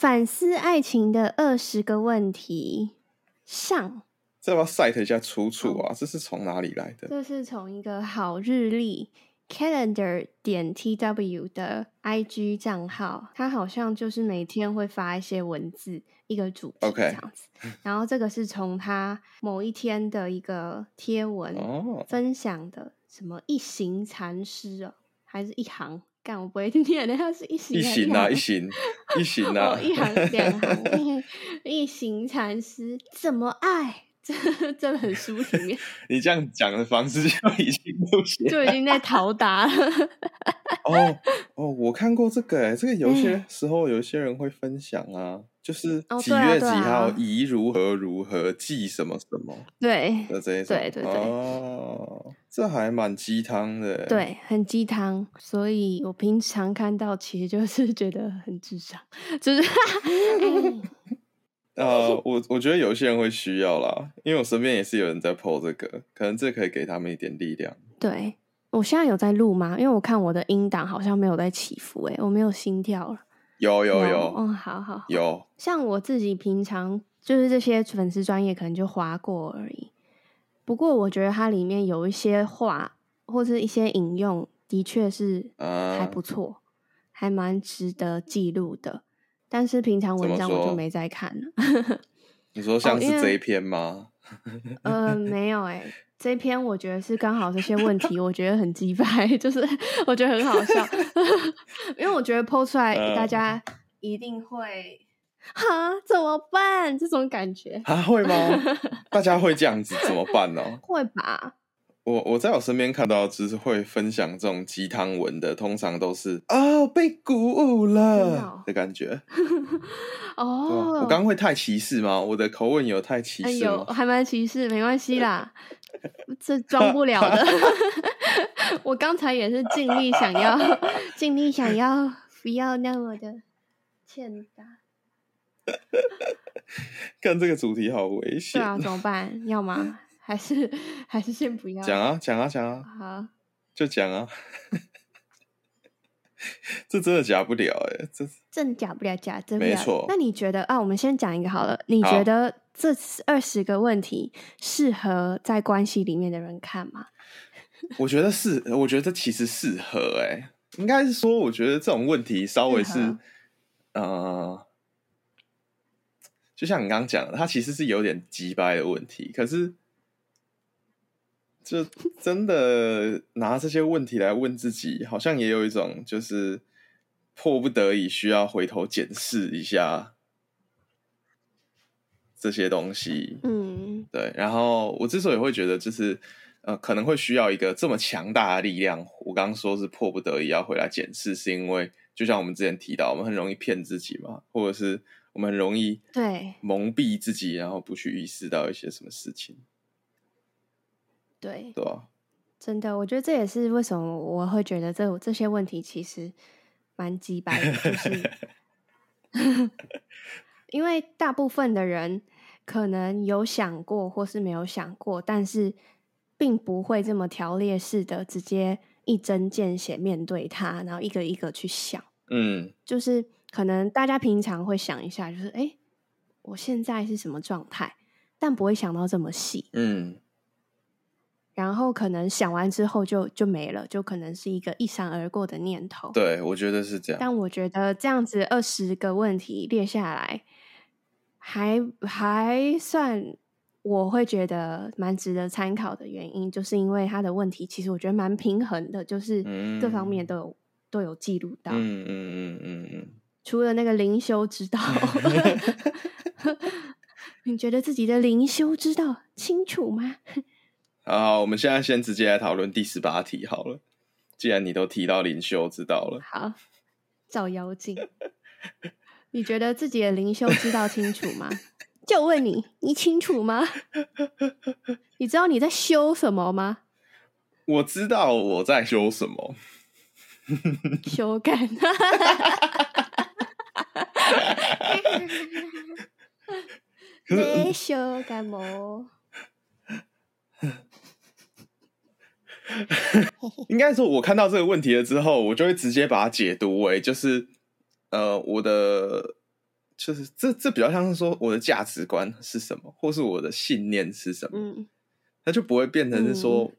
反思爱情的二十个问题上，这要不要 cite 一下出处啊？这是从哪里来的？这是从一个好日历 calendar 点 tw 的 IG 账号，它好像就是每天会发一些文字，一个主题这 OK 样子。然后这个是从他某一天的一个贴文哦，分享的，什么一行禅师哦，还是一行？干我不会念的，它是一行一还是行啊，行一行， 一行啊哦，，一行两行，一行禅师怎么爱？ 这这本书里 面 你这样讲的方式就已经不行。就已经在讨答了。 哦哦，我看过这个、欸，这个有些时候有些人会分享啊，就是嗯哦几对啊月几对啊号宜如何如何记什么什么对的这一种。对对对哦，这还蛮鸡汤的、欸。，对，很鸡汤，所以我平常看到其实就是觉得很智障， 就是嗯哎呃，我我觉得有些人会需要啦，因为我身边也是有人在 PO 这个，可能这可以给他们一点力量。对。我现在有在录吗？因为我看我的音档好像没有在起伏、欸，哎，我没有心跳了。有有嗯、有好好好。有，像我自己平常就是这些粉丝专业可能就划过而已。不过我觉得它里面有一些话或是一些引用，的确是啊还不错，还蛮值得记录的。但是平常文怎章么我说就没再看了。 你说像是哦因为这一篇吗？呃，没有哎、这篇我觉得是刚好这些问题，我觉得很鸡掰， 就是我觉得很好笑， 因为我觉得剖出来嗯大家一定会哈怎么办这种感觉，啊，会吗？大家会这样子怎么办呢、 会吧？我我在我身边看到，就是会分享这种鸡汤文的，通常都是啊被鼓舞真的哦了的感觉。对吧哦，我刚刚会太歧视吗？我的口吻有太歧哎视有吗？ 还蛮歧视，没关系啦，呃这装不了的。 我刚才也是尽力想要， 尽力想要不要那么的欠打。看这个主题好危对险。啊，怎么办？要吗？ 还是还是先不要？讲啊讲啊讲啊，好，就讲啊！ 这真的假不了哎、这真假不了假，真不没了。错那你觉得啊？我们先讲一个好了。你好觉得这二十个问题适合在关系里面的人看吗？我觉得是，我觉得其实适合哎、应该是说，我觉得这种问题稍微适是合，呃，就像你刚刚讲的，它其实是有点鸡掰的问题，可是就真的拿这些问题来问自己，好像也有一种就是迫不得已需要回头检视一下这些东西，嗯，对，然后我之所以会觉得就是呃可能会需要一个这么强大的力量，我刚刚说是迫不得已要回来检视，是因为就像我们之前提到，我们很容易骗自己嘛，或者是我们很容易对蒙蔽自己，然后不去意识到一些什么事情，对。对吧？真的，我觉得这也是为什么我会觉得这这些问题其实蛮鸡掰的，就是 因为大部分的人可能有想过或是没有想过，但是并不会这么条列式的直接一针见血面对它，然后一个一个去想。嗯，就是可能大家平常会想一下，就是哎，诶我现在是什么状态，但不会想到这么细。嗯，然后可能想完之后就就没了，就可能是一个一闪而过的念头。对，我觉得是这样。但我觉得这样子二十个问题列下来，还还算我会觉得蛮值得参考的原因，就是因为他的问题其实我觉得蛮平衡的，就是各方面嗯都有、都有记录到，嗯嗯嗯嗯嗯，除了那个灵修 之道。你觉得自己的灵修之道清楚吗？好，我们现在先直接来讨论第十八题好了。既然你都提到灵修，知道了。好，照妖 镜。你觉得自己的灵修知道清楚吗？就问你，你清楚吗？你知道你在修什么吗？我知道我在修什么，修改。可是没修改么？应该说，我看到这个问题了之后，我就会直接把它解读为就是呃，我的就是这这比较像是说我的价值观是什么，或是我的信念是什么， 嗯，它就不会变成是说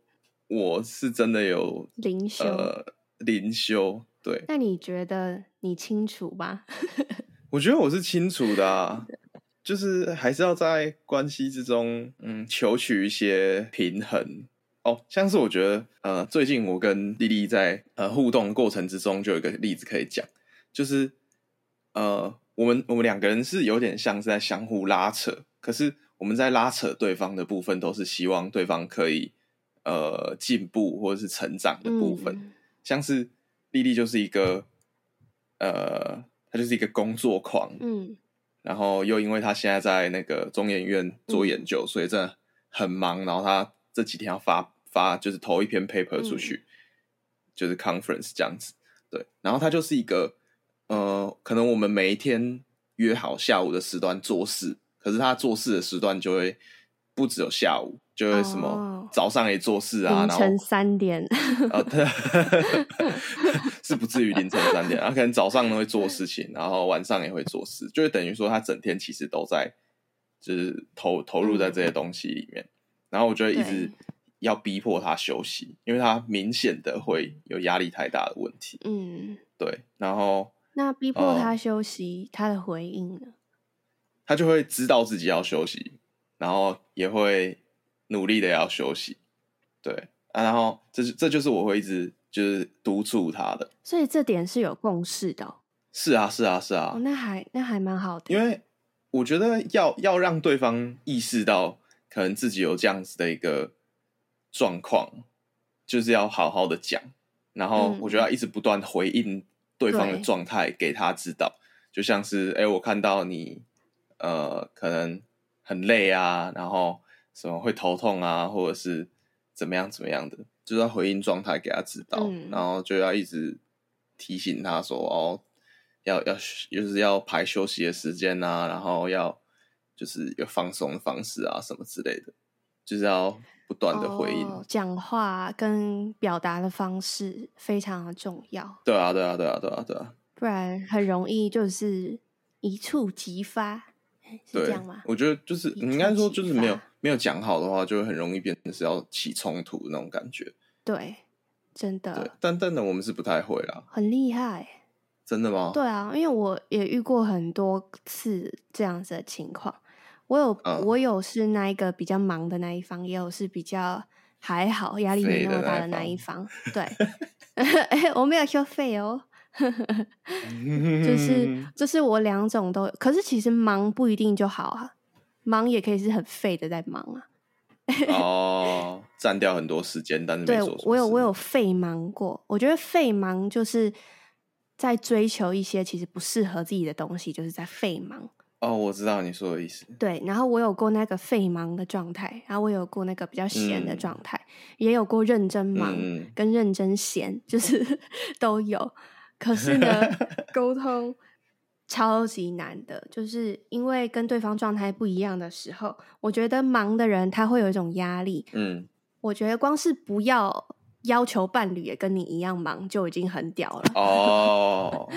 我是真的有灵修。呃灵修。对，那你觉得你清楚吧？我觉得我是清楚的、啊，就是还是要在关系之中，嗯，求取一些平衡。哦，像是我觉得，呃，最近我跟丽丽在呃互动过程之中，就有一个例子可以讲，就是呃，我们我们两个人是有点像是在相互拉扯，可是我们在拉扯对方的部分，都是希望对方可以呃进步或者是成长的部分。嗯像是丽丽就是一个，呃，她就是一个工作狂，嗯然后又因为她现在在那个中研院嗯做研究，所以真的很忙。然后她这几天要发发就是投一篇 paper 出嗯去，就是 conference 这样子。对，然后她就是一个，呃，可能我们每一天约好下午的时段做事，可是她做事的时段就会不只有下午，就会什么哦早上也做事啊，凌然后晨三点，啊，对， 是不至于凌晨三点，他可能早上呢会做事情，然后晚上也会做事，就会等于说他整天其实都在就是投投入在这些东西里面，然后我就会一直对要逼迫他休息，因为他明显的会有压力太大的问题，嗯，对，然后那逼迫哦他休息，他的回应呢？他就会知道自己要休息，然后也会努力的要休息，对，啊、然后这就这就是我会一直就是督促他的。所以这点是有共识的哦。是啊，是啊，是啊，哦那还那还蛮好的，因为我觉得要要让对方意识到，可能自己有这样子的一个状况，就是要好好的讲，然后嗯我觉得要一直不断地回应对方的对状态，给他知道，就像是哎、诶我看到你呃，可能很累啊，然后什么会头痛啊，或者是怎么样怎么样的，就是要回应状态给他知道，嗯然后就要一直提醒他说哦，要要就是要排休息的时间啊，然后要就是有放松的方式啊，什么之类的，就是要不断的回应。哦讲话跟表达的方式非常的重要，对啊，对啊，对啊，对啊，对啊，不然很容易就是一触即发，哎是这对样吗，？我觉得就是一触你应该说就是没有即发没有讲好的话，就会很容易变成是要起冲突那种感觉。对，真对的，但但呢，我们是不太会啦，很厉害。真的吗？ 对啊，因为我也遇过很多次这样子的情况。我有、嗯我有是那一个比较忙的那一方，也有是比较还好压力没废那的么那大一的那一方。对， 哎，我没有说废哦，嗯就是就是我两种都有。可是其实忙不一定就好啊，忙也可以是很废的在忙啊。哦，占掉很多时间，但是没对做什么我有事我有废忙过，我觉得废忙就是在追求一些其实不适合自己的东西，就是在废忙。哦，我知道你说的意思。对，然后我有过那个废忙的状态，然后我有过那个比较闲的嗯状态，也有过认真忙、嗯，跟认真闲，就是 都有。可 是呢，沟通超级难的，就是因为跟对方状态不一样的时候，我觉得忙的人他会有一种压力。嗯，我觉得光是不要要求伴侣也跟你一样忙，就已经很屌了。嗯 哦，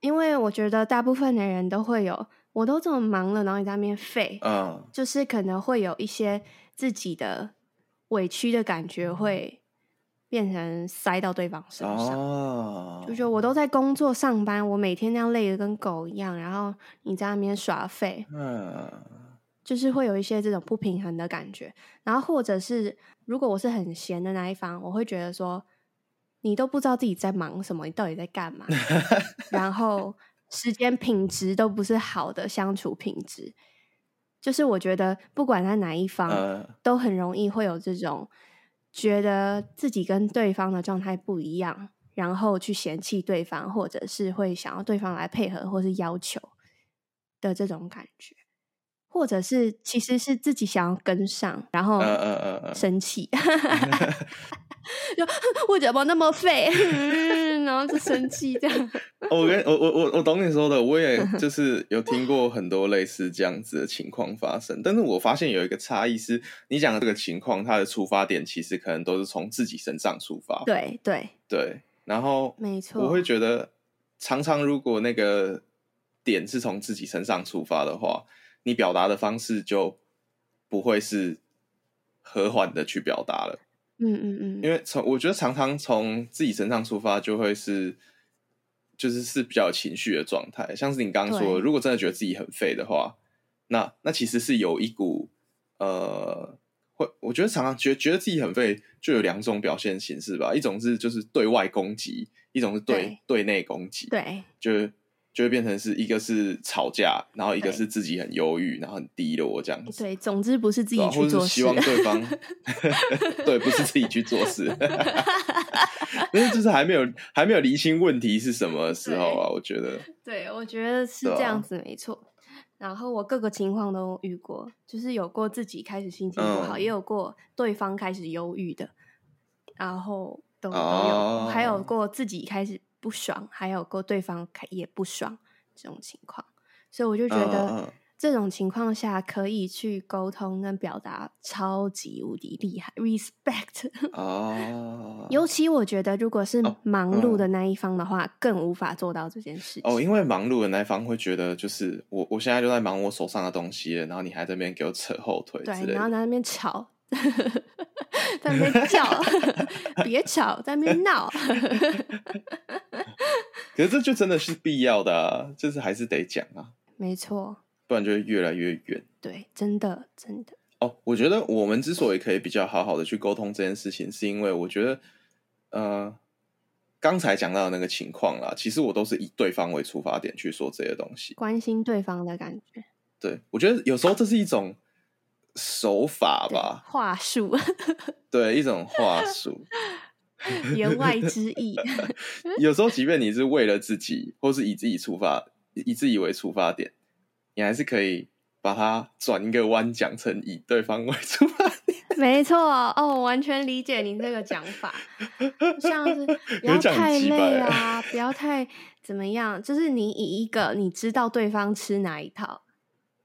因为我觉得大部分的人都会有，我都这么忙了，然后你在那边废，嗯，就是可能会有一些自己的委屈的感觉，会变成塞到对方身上。哦，就是我都在工作上班，我每天这样累得跟狗一样，然后你在那边耍废，嗯，就是会有一些这种不平衡的感觉。然后或者是如果我是很闲的那一方，我会觉得说你都不知道自己在忙什么，你到底在干嘛？然后时间品质都不是好的相处品质，就是我觉得不管他哪一方，嗯都很容易会有这种觉得自己跟对方的状态不一样，然后去嫌弃对方，或者是会想要对方来配合或是要求的这种感觉，或者是其实是自己想要跟上，然后嗯嗯嗯嗯生气，呃 就我怎么那么废， 嗯然后就生气 这样。嗯哦我跟我我我我懂你说的，我 也就是有听过很多类似这样子的情况发生，但是我发现有一个差异是，你讲的这个情况，它的出发点其实可能都是从自己身上出发，对对，对，然后没错，我会觉得常常如果那个点是从自己身上出发的话，你表达的方式就不会是和缓的去表达了。嗯嗯嗯，因为从我觉得常常从自己身上出发，就会是就是是比较有情绪的状态。像是你刚刚说，对如果真的觉得自己很废的话，那那其实是有一股呃，会我觉得常常觉觉得自己很废，就有两种表现形式吧。一种是就是对外攻击，一种是对对内攻击，对就就会变成是一个是吵架，然后一个对是自己很忧郁，然后很低落这样子。对，总之不是自对己啊去或者做是希事。望对 方对，不是自己去做事， 但是就是还没有还没有厘清问题是什么时候啊？我觉得对，我觉得是对啊这样子，没错。然后我各个情况都遇过，就是有过自己开始心情不好，嗯也有过对方开始忧郁的，然后都都有，哦还有过自己开始不爽，还有过对方开也不爽这种情况。所以我就觉嗯嗯嗯得这种情况下可以去沟通跟表达，超级无敌厉害，respect。 哦，尤其我觉得，如果是哦忙碌的那一方的话，更无法做到这件事情。哦，因为忙碌的那一方会觉得，就是我我现在就在忙我手上的东西了，然后你还在那边给我扯后腿之对，类然后的。在那边吵， 在那边叫， 别吵，在那边闹。 可是这就真的是必要的、啊，就是还是得讲啊，没错，不然就会越来越远。对，真的真的，哦，我觉得我们之所以可以比较好好的去沟通这件事情，是因为我觉得，呃，刚才讲到的那个情况啦，其实我都是以对方为出发点去说这些东西。关心对方的感觉，对我觉得有时候这是一种手法对吧，话术，对，一种话 术。言 外之意。 有时候，即便你是为了自己，或是以自己出发，以自己为出发点，你还是可以把它转一个弯，讲成以对方为出发点。 没错，哦，我完全理解您这个讲 法，像是不有要讲太击败累啊，不要太怎么样，就是你以一个你知道对方吃哪一套，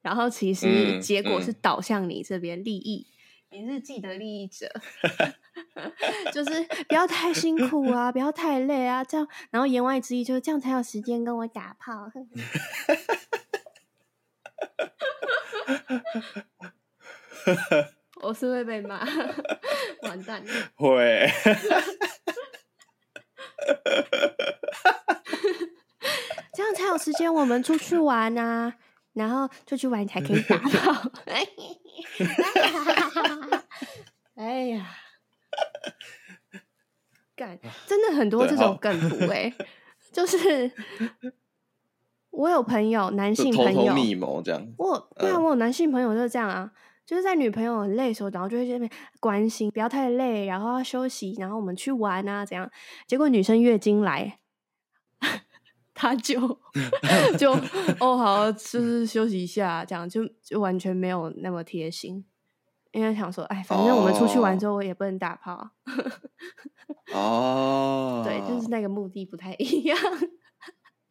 然后其实嗯结果是嗯导向你这边利益，你是既得利 益者，就是不要太辛苦啊，不要太累啊，这样，然后言外之意就是这样才有时间跟我打炮， 我是会被骂，完蛋了。会，这样才有时间我们出去玩啊，然后出去玩才可以 打炮。 哎呀，干，真的很多对哦这好种梗图哎、 就是我有朋友，男就性偷朋友，偷密谋这样。我有对啊，嗯我有男性朋友就是这样啊，就是在女朋友很累的时候，然后就会在那边关心，不要太累，然后要休息，然后我们去玩啊，怎样？结果女生月经来， 他 就就哦好，就是休息一下，这样就就完全没有那么贴心。因为想说，哎，反正我们出去玩之后，我也不能打炮啊，哦，对，就是那个目的不太一样。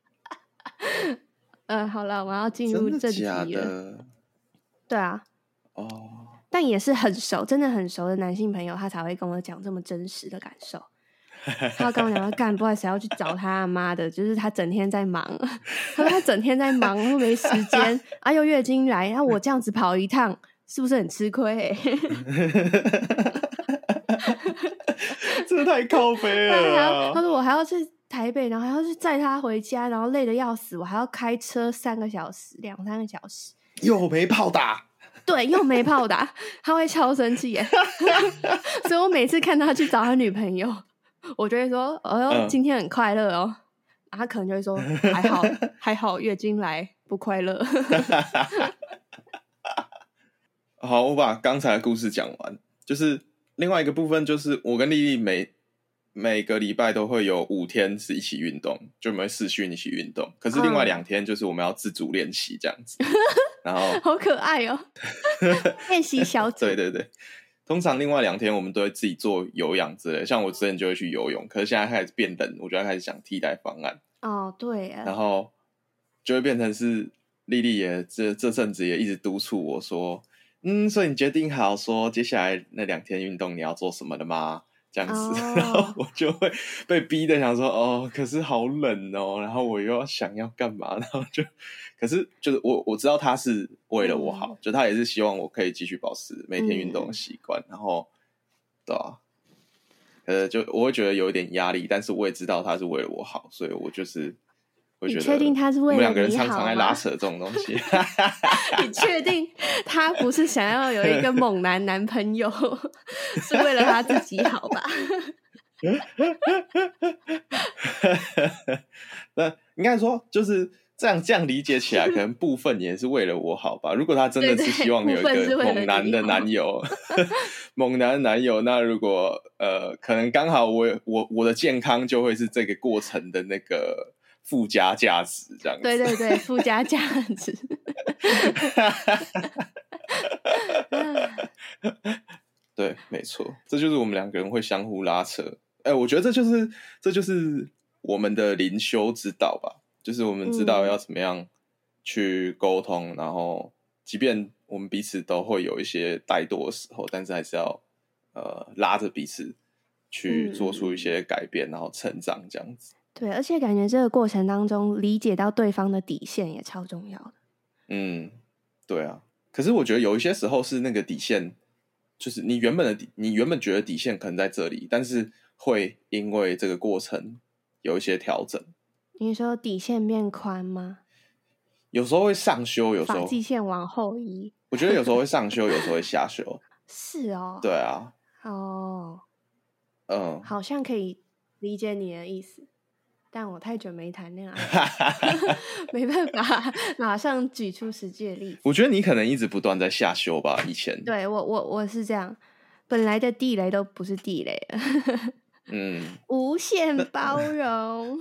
呃，好了，我要进入真正的题假了。的对啊，哦， 但也是很熟，真的很熟的男性朋友，他才会跟我讲这么真实的感受。他要跟我讲说，干，不好意思，要去找他啊妈的，就是他整天在忙， 他说他整天在忙，又没时间，啊，又月经来，然、后我这样子跑一趟，是不是很吃亏、欸 这太靠背他 还要，了啊他啦。说我还要去台北，然后还要去载他回家，然后累得要死，我还要开车三个小时，两三个小时，又没炮打， 对，又没炮打，他会超生气耶。 所以我每次看他去找他女朋友，我就会说：“哎呦，嗯今天很快乐哦。”然后他可能就会说：“还 好，还好，月经来不快乐。 好，我把刚才的故事讲完。就是另外一个部分，就是我跟丽丽每每个礼拜都会有五天是一起运动，就我们会试训一起运动。可是另外嗯两天就是我们要自主练习这样 子。然后”好可爱 哦，练习小组对对对，通常另外两天我们都会自己做有氧之类，像我之前就会去游泳，可是现在开始变冷，我就要开始想替代方案，哦，对耶，然后就会变成是丽丽也这这阵子也一直督促我说，嗯，所以你决定好说接下来那两天运动你要做什么了吗？这样子哦 然后我就会被逼的想说，哦，可是好冷哦，然后我又要想要干嘛，然后就，可是就是我我知道他是为了我嗯好，就他也是希望我可以继续保持每天运动的习惯，然后，对啊，呃，就我会觉得有一点压力，但是我也知道他是为了我好，所以我就是会你觉得，确定他是我为们了两个人你常好常在吗 拉扯这种东西。 你确定他不是想要有一个猛男男朋友， 是为了他自己好吧？ 那应该说就是这样，这样理解起来， 可能部分也是为了我好吧。如果他真的对是对希望有一部分是个为了你猛男的男 友，猛男的男友，那如果呃，可能刚好我我我的健康就会是这个过程的那个附加价值，这样子。对对对，附加价值。对，没错，这就是我们两个人会相互拉扯。哎、我觉得这就是这就是我们的灵修之道吧，就是我们知道嗯要怎么样去沟通，然后即便我们彼此都会有一些怠惰的时候，但是还是要呃拉着彼此去做出一些改变，然后成长这样子。对，而且感觉这个过程当中，理解到对方的底线也超重要的。嗯，对啊。可是我觉得有一些时候是那个底线，就是你原本的底，你原本觉得底线可能在这里，但是会因为这个过程有一些调整，你说底线变宽吗？有时候会上修，有时发候际线往后移。我觉得有时候会上修，有时候会下 修。是哦。对。啊，哦，嗯，好像可以理解你的意思，但我太久没谈恋爱了， 没办法马上举出实际的例子。我觉得你可能一直不断在下修吧，以前。对我，我我是这样，本来的地雷都不是地雷了， 嗯，无限 包容，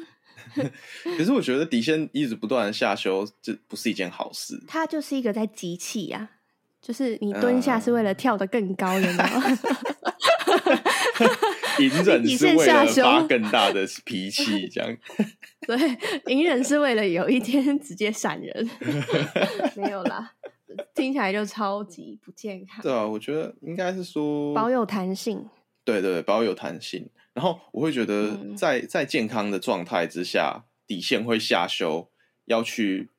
可是我觉得底线一直不断的下修，这不是一件好 事。它就是一个在集气呀、就是你蹲嗯下是为了跳得更高，有没有？隐忍底是线为下了修发更大的脾 气，这样。对，隐忍是为了有一天直接闪 人，没有啦，听起来就超级不健康。对啊，我觉得应该是说保有弹性，对对，对保有弹性。然后我会觉得嗯在，在健康的状态之下，底线会下修，要去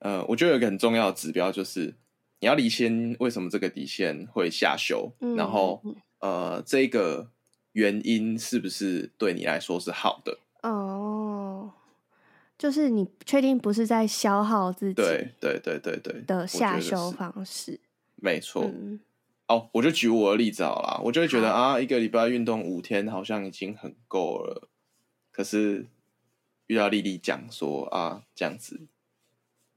呃，我觉得有一个很重要的指标就是你要理清为什么这个底线会下修，嗯然后嗯呃，这个原因是不是对你来说是好的？哦，就是你确定不是在消耗自己对对对对对的下修，我觉得是方式？没错。嗯，哦，我就举我的例子好了，我就会觉得好啊，一个礼拜运动五天好像已经很够了，可是遇到丽丽讲说啊这样子，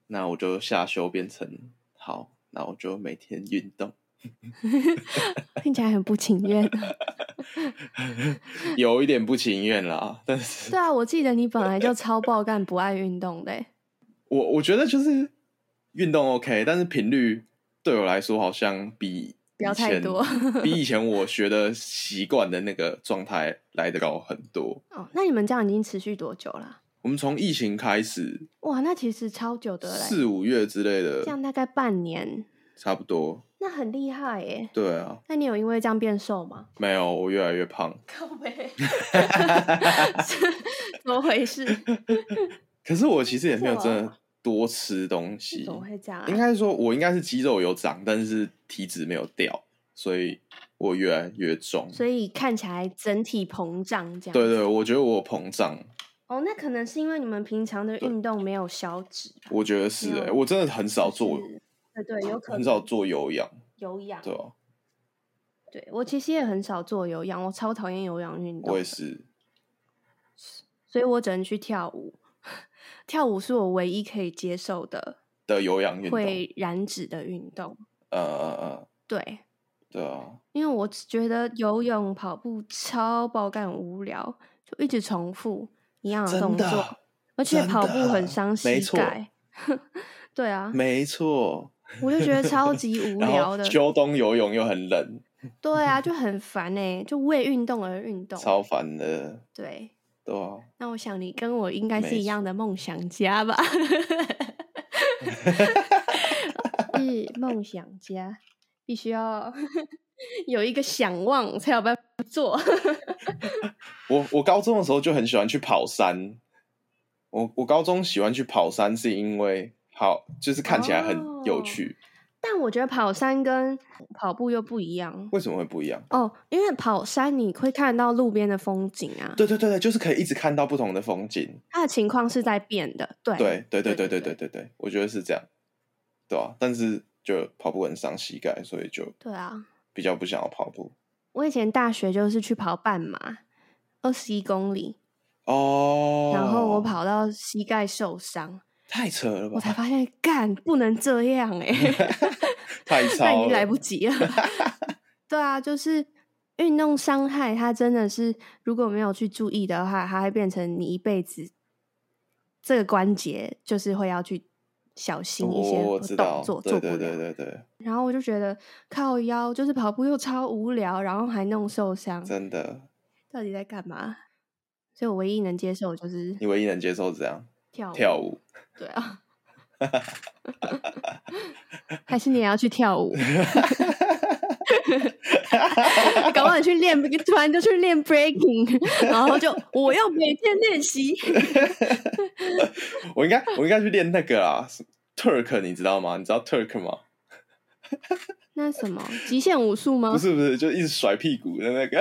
那我就下修变成好，那我就每天运动，哦听起来很不情 愿。有一点不情愿啦，但是对啊，我记得你本来就超爆干，不爱运动的欸、我我觉得就是运动 OK，但是频率对我来说好像比不要以太前多 比以前我学的习惯的那个状态来得高很多。哦，那你们这样已经持续多久了？我们从疫情开始，哇，那其实超久的嘞、四五月之类的，这样大概半年，差不多。那很厉害耶、对啊，那你有因为这样变瘦吗？没有，我越来越胖。靠 背，怎么回事？可是我其实也没有为真什么的多吃东西怎，么会这样、啊？应该是说我应该是肌肉有长，但是体脂没有掉，所以我越来越重。所以看起来整体膨胀这样。对对，我觉得我有膨胀，哦，那可能是因为你们平常的运动没有消脂吧，我觉得是没哎、有我真的很少做就，是对对，有可能很少做有氧，有氧。对啊吧、对我其实也很少做有氧，我超讨厌有氧运动我的也，是，所以我只能去跳舞。跳舞是我唯一可以接受的的有氧运动，会燃脂的运动。呃呃呃，对，对啊，因为我只觉得游泳、跑步超爆干无聊，就一直重复一样的嗯动真的作，而且真跑步很的伤没膝错盖。 对 啊，没错。我就觉得超级无然聊后的。秋冬游泳又很冷，对啊，就很烦哎、就为运动而运动。超烦的，对，对啊。那我想你跟我应该是没一样的梦想家 吧？ 是梦想家，必须要有一个想望才有办法做。我我高中的时候就很喜欢去跑山，我我高中喜欢去跑山是因为好，就是看起来很哦有趣。但我觉得跑山跟跑步又不一样为什么会不一样？哦，因为跑山你会看到路边的风景啊，对对对对，就是可以一直看到不同的风景。它的情况是在变的。对对对对对对对对对对，我觉得是这样，对啊，但是就跑步很伤膝盖，所以就对啊！比较不想要跑步。我以前大学就是去跑半马，二十一公里，哦，然后我跑到膝盖受伤，太扯了我才吧，发现干不能这样哎、 太 那已超经了，来不 及了。对啊，就是运动伤害，它真的是如果没有去注意的话，它会变成你一辈子这个关节就是会要去小心一些哦我活我知道动，做对做对不对了。对对，然后我就觉得靠腰就是跑步又超无聊，然后还弄受伤，真的，到底在干嘛？所以我唯一能接受的就是你唯一能接受是这样跳舞跳舞，对啊，还是你也要去跳舞？搞不好你去练，突然就去练 breaking，然 后就我要每天练习。我应该我应该去练那个啊什，Turk 你知道吗？你知道 Turk 吗？那什么极限武术吗不？是不是，就一直甩屁股的那个，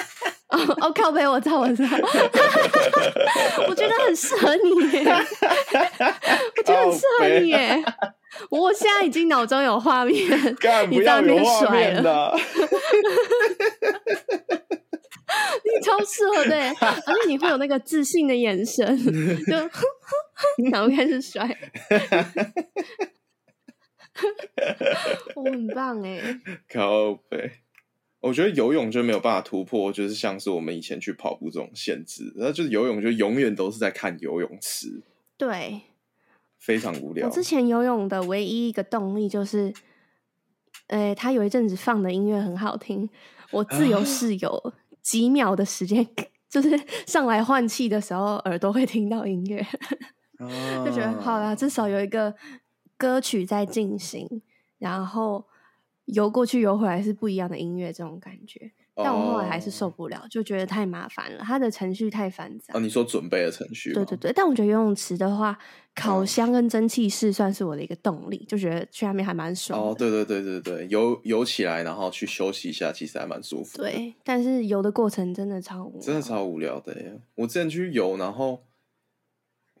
哦哦，靠背，我知道，我知道，我觉得很适合你耶，我觉得很适合你耶。我现在已经脑中有画面，干你不要在那有边画甩面了的啊，你 超适合的耶，而且你会有那个自信的眼神，就 然后开始甩。我很棒哎， 靠背。我觉得游泳就没有办法突破，就是像是我们以前去跑步这种限制，然后就是游泳就永远都是在看游泳池，对非常无聊我。之前游泳的唯一一个动力就是，呃，他有一阵子放的音乐很好听，我自由室友几秒的时间， 就是上来换气的时候，耳朵会听到音乐。就觉得好啊啦，至少有一个歌曲在进行，然后游过去游回来是不一样的音乐这种感觉。但我后来还是受哦不了，就觉得太麻烦了，它的程序太繁杂哦，。你说准备的程序吗？对对对，但我觉得游泳池的话，烤嗯箱跟蒸汽室算是我的一个动力，就觉得去那边还蛮爽的。哦，对对对对对，游游起来，然后去休息一下，其实还蛮舒服的。，对，但是游的过程真的超无聊，真的超无聊的耶！我之前去游，然后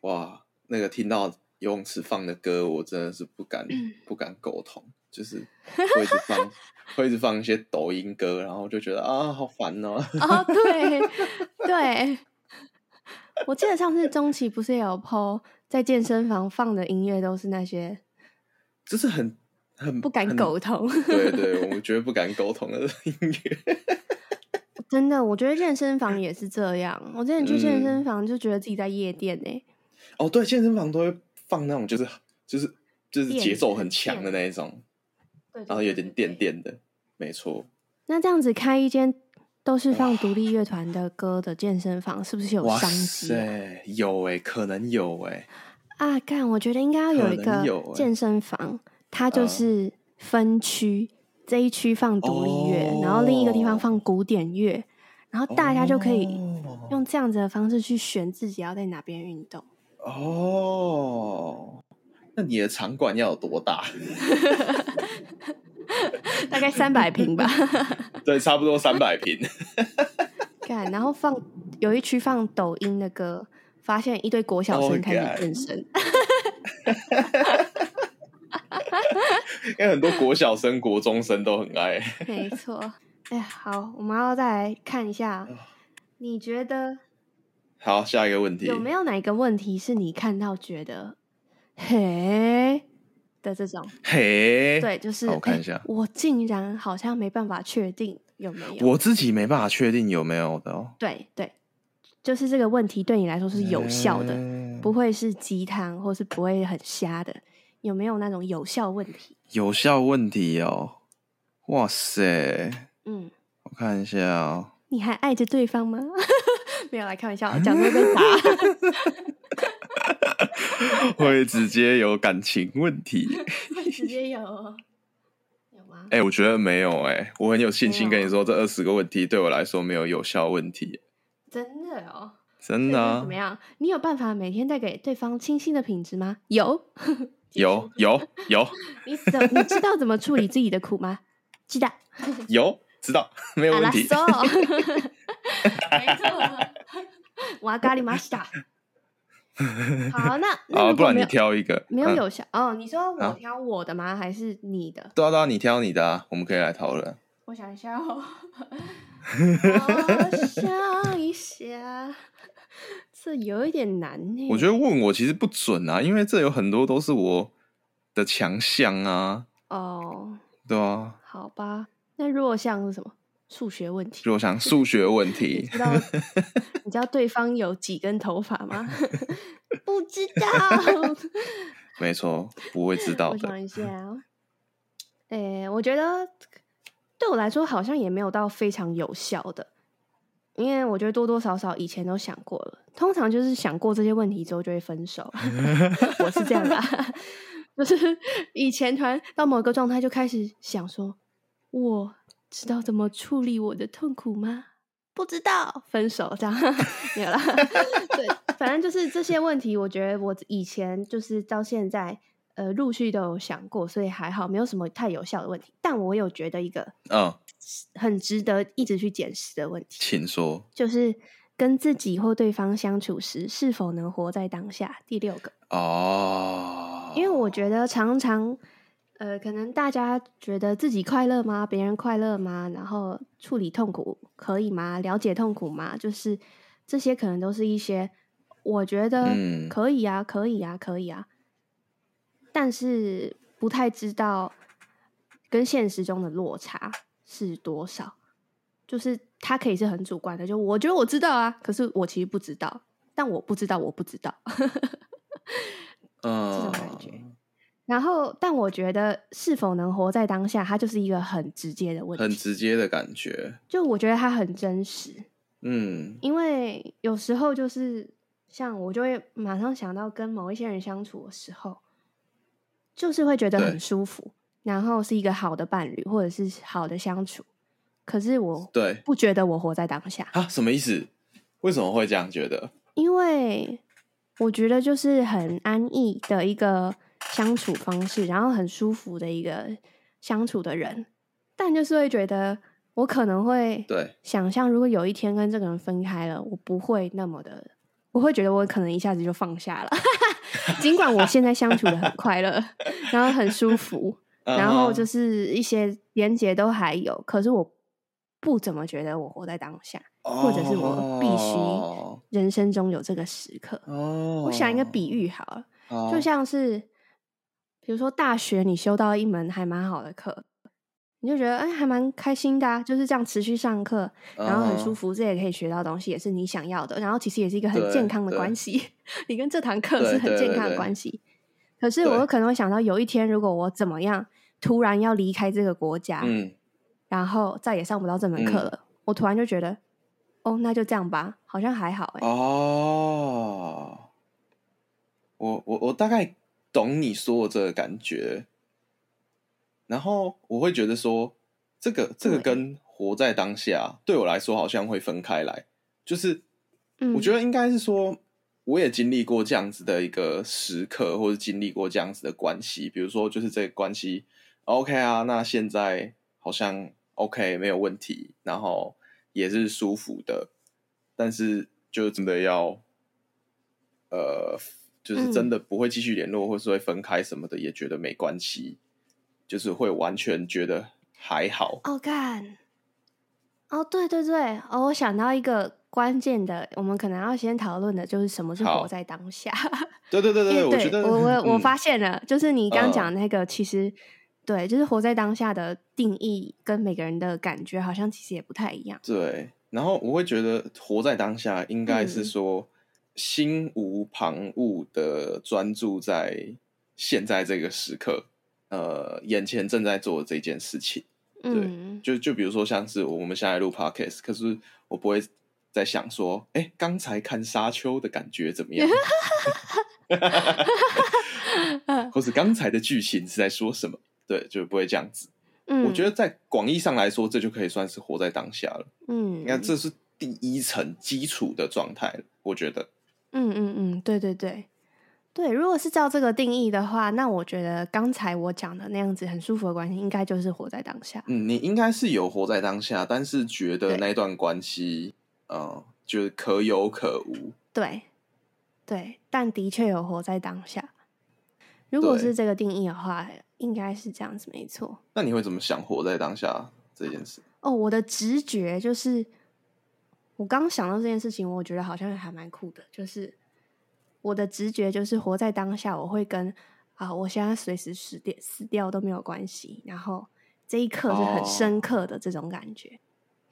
哇，那个听到游泳池放的歌，我真的是不敢嗯不敢苟同，就是会一直 放，会一直放一些抖音歌，然后就觉得啊，好烦哦。 哦，对对，我记得上次中期不是也有 PO 在健身房放的音乐都是那些就是很很不敢很苟同。 对对，我们觉得不敢苟同的音乐，真的，我觉得健身房也是这样。我之前去健身嗯房就觉得自己在夜店呢、哦，对，健身房都会放那种就是就是就是电节奏很很强的电那一种，对，然后哦有点电。电的，没错。那这样子开一间都是放独立乐团的歌的健身房，是不是有哇商机啊？塞，有哎、可能有哎、啊，干，我觉得应该要有一可能个有欸健身房，它就嗯是分区，这一区放独立乐，然后另一个地方哦放古典乐，然后大家就可以哦用这样子的方式去选自己要在哪边运动。哦，那你的场馆要有多大？ 大概三百平吧。对，差不多三百平。干，然后放有一区放抖音的歌，发现一堆国小 Oh 生开 God 始健身。 因为很多国小生、国中生都很爱。没错。哎，好，我们要再来看一下啊，你觉得好，下一个问题有没有哪个问题是你看到觉得嘿的这种？嘿，对，就是好我看哎一下我竟然好像没办法确定有没有。我自己没办法确定有没有的、哦，对对，就是这个问题对你来说是有效的，嗯不会是鸡汤，或是不会很瞎的。有没有那种有效问题？有效问题哦。哇塞，嗯。我看一下哦。你还爱着对方 吗？没有啦，开玩笑，讲会 被打。会直接有感情问题。会直接有。 有吗？哎、我觉得没有哎、我很有信心跟你说，这二十个问题对我来说没有有效问题，真的哦，真的、那是啊怎么。样？你有办法每天带给对方清新的品质吗？有， 有有有你怎你知道怎么处理自己的苦吗？知道，有，知道没有阿问拉题。索， 没错，瓦咖喱玛西达。好，那那好，如不果然没你有挑一个。没有嗯有效哦？你说我啊挑我的吗？还是你的？对啊对啊，你挑你的啊，我们可以来讨论。我想一 下哦，我想一下，这有一点难呢。我觉得问我其实不准啊，因为这有很多都是我的强项啊，哦，对啊，好吧，那弱项是什么？数学问题。就我想数学问你 题，知道你知道对方有几根头发吗？不知道。没错，不会知道我的。想一下哦， 诶、我觉得对我来说好像也没有到非常有效的，因为我觉得多多少少以前都想过了，通常就是想过这些问题之后就会分手，我是这样的 啊、就是以前突然到某个状态就开始想说，我知道怎么处理我的痛苦吗？不知道，分手这样 没有啦。对，反正就是这些问题，我觉得我以前就是到现在，呃，陆续都有想过，所以还好，没有什么太有效的问题。但我有觉得一个嗯，很值得一直去检视的问题，请说。就是跟自己或对方相处时是否能活在当下。第六个，哦，因为我觉得常常，呃，可能大家觉得自己快乐吗？别人快乐吗？然后处理痛苦可以吗？了解痛苦吗？就是这些可能都是一些我觉得嗯可以啊，可以啊，可以啊，但是不太知道跟现实中的落差是多少。就是它可以是很主观的，就我觉得我知道啊，可是我其实不知道，但我不知道，我不知道。这种嗯，感觉然后，但我觉得是否能活在当下，它就是一个很直接的问很题。直接的感觉。就我觉得它很真实，嗯，因为有时候就是像我就会马上想到跟某一些人相处的时候，就是会觉得对很舒服，然后是一个好的伴侣或者是好的相处。可是我对不觉得我活在当下，啊，什么意思？为什么会这样觉得？因为我觉得就是很安逸的一个相处方式，然后很舒服的一个相处的人，但就是会觉得我可能会对，想象，如果有一天跟这个人分开了，我不会那么的，我会觉得我可能一下子就放下了， 尽管我现在相处的很快乐，然后很舒服，嗯然后就是是一些连结都还有，可是我不怎么觉得我活在当下。或者是我必哦须人生中有这个时刻。哦，我想一个比喻好了，好，就像是比如说大学你修到一门还蛮好的课，你就觉得哎还蛮开心的、啊，就是这样持续上课，然后很舒嗯服，这也可以学到东西，也是你想要的。然后其实也是一个很对健康的对关系， 你跟这堂课对是很对健对康的对关系。可是我对可能会想到，有一天如果我怎么样，突然要离开这个国家，嗯，然后再也上不到这门课嗯了，我突然就觉得，哦，那就这样吧，好像还好哎、哦，我我我大概懂你说的这个感觉，然后我会觉得说，这个这个对跟活在当下对我来说好像会分开来，就是嗯，我觉得应该是说，我也经历过这样子的一个时刻，或者经历过这样子的关系。比如说，就是这个关系 OK 啊，那现在好像 OK 没有问题，然后也是舒服的，但是就真的要，呃，就是嗯真的不会继续联络，或是会分开什么的，也觉得没关系，就是会完全觉得还好。哦，干，哦，对对对，哦，我想到一个关键的，我们可能要先讨论的就是什么是活好在当下。对对对 因为我觉得我 我我嗯发现了，就是你刚嗯讲那个，其实、对，就是活在当下的定义跟每个人的感觉好像其实也不太一样。对，然后我会觉得活在当下应该是嗯说心无旁骛的专注在现在这个时刻，呃，眼前正在做的这件事情。嗯，就就比如说像是我们现在录 podcast，可是我不会在想说，哎，刚才看沙丘的感觉怎么 样？或是刚才的剧情是在说什么？对，就不会这样子。嗯，我觉得在广义上来说，这就可以算是活在当下了。嗯，你看，这是第一层基础的状态了，我觉得。嗯嗯嗯，对对对对，如果是照这个定义的话，那我觉得刚才我讲的那样子很舒服的关系，应该就是活在当下。嗯，你应该是有活在当下，但是觉对得那段关系，呃，就是可有可无。对对，但的确有活在当下。如果是对这个定义的话，应该是这样子，没错。那你会怎么想活在当下这件事？哦，我的直觉就是，我刚想到这件事情，我觉得好像还蛮酷的。就是我的直觉就是活在当下，我会跟啊，我现在随时死掉死掉都没有关系。然后这一刻是很深哦刻的这种感觉，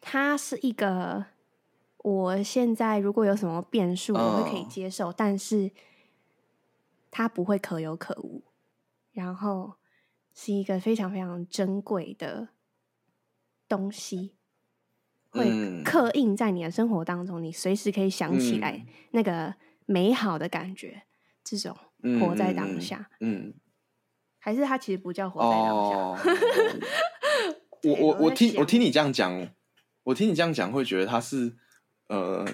它是一个我现在如果有什么变数，我会可以嗯接受，但是它不会可有可无。然后是一个非常非常珍贵的东西，会嗯刻印在你的生活当中，你随时可以想起来嗯那个美好的感觉。这种活在当下，嗯，嗯，嗯还是它其实不叫活在当下？哦， 我对我我我在听想我听你这样讲，我听你这样讲会觉得他是呃，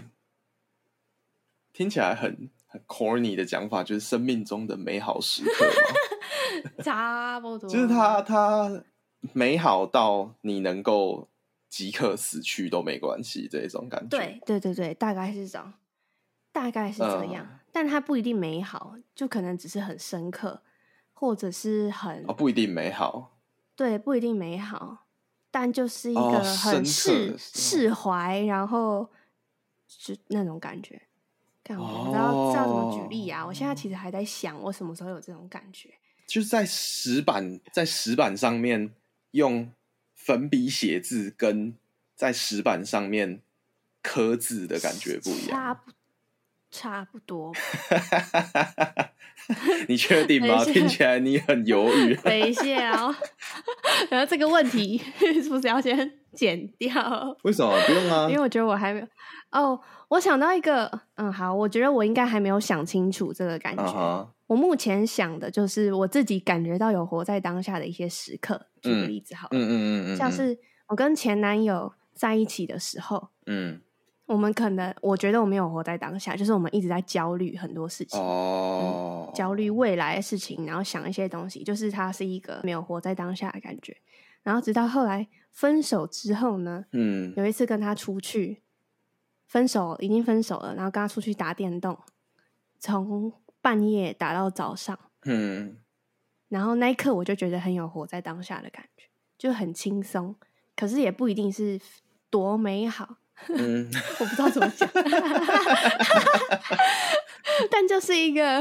听起来很很 corny 的讲法，就是生命中的美好时刻嘛。 差不多，就是它它美好到你能够即刻死去都没关系这一种感觉。对对对对，大概是这样，大概是这样，嗯但它不一定美好，就可能只是很深刻，或者是很、哦，不一定美好。对，不一定美好，但就是一哦个深刻很释的时释怀，然后是那种感觉。干我不知道知道怎么举例啊！我现哦在其实还在想，我什么时候有这种感觉？就是在石板在石板上面用粉笔写字，跟在石板上面刻字的感觉不一差样。不差不多 你确定吗？等一下听起来你很犹 豫。等一下 哦，然后这个问题 是不是要先剪掉？为什么不用啊因为？我觉得我还没有哦，我想到一个，嗯，好，我觉得我应该还没有想清楚这个感觉。啊哈，我目前想的就是我自己感觉到有活在当下的一些时刻。举个嗯例子好了，嗯嗯嗯嗯，像是我跟前男友在一起的时候，嗯我们可能我觉得我没有活在当下，就是我们一直在焦虑很多事情。嗯哦，焦虑未来的事情，然后想一些东西，就是他是一个没有活在当下的感觉。然后直到后来分手之后呢，嗯有一次跟他出去，分手已经分手了，然后跟他出去打电动，从半夜打到早上，嗯然后那一刻我就觉得很有活在当下的感觉，就很轻松，可是也不一定是多美好，嗯， 我不知道怎么讲，但就是一个，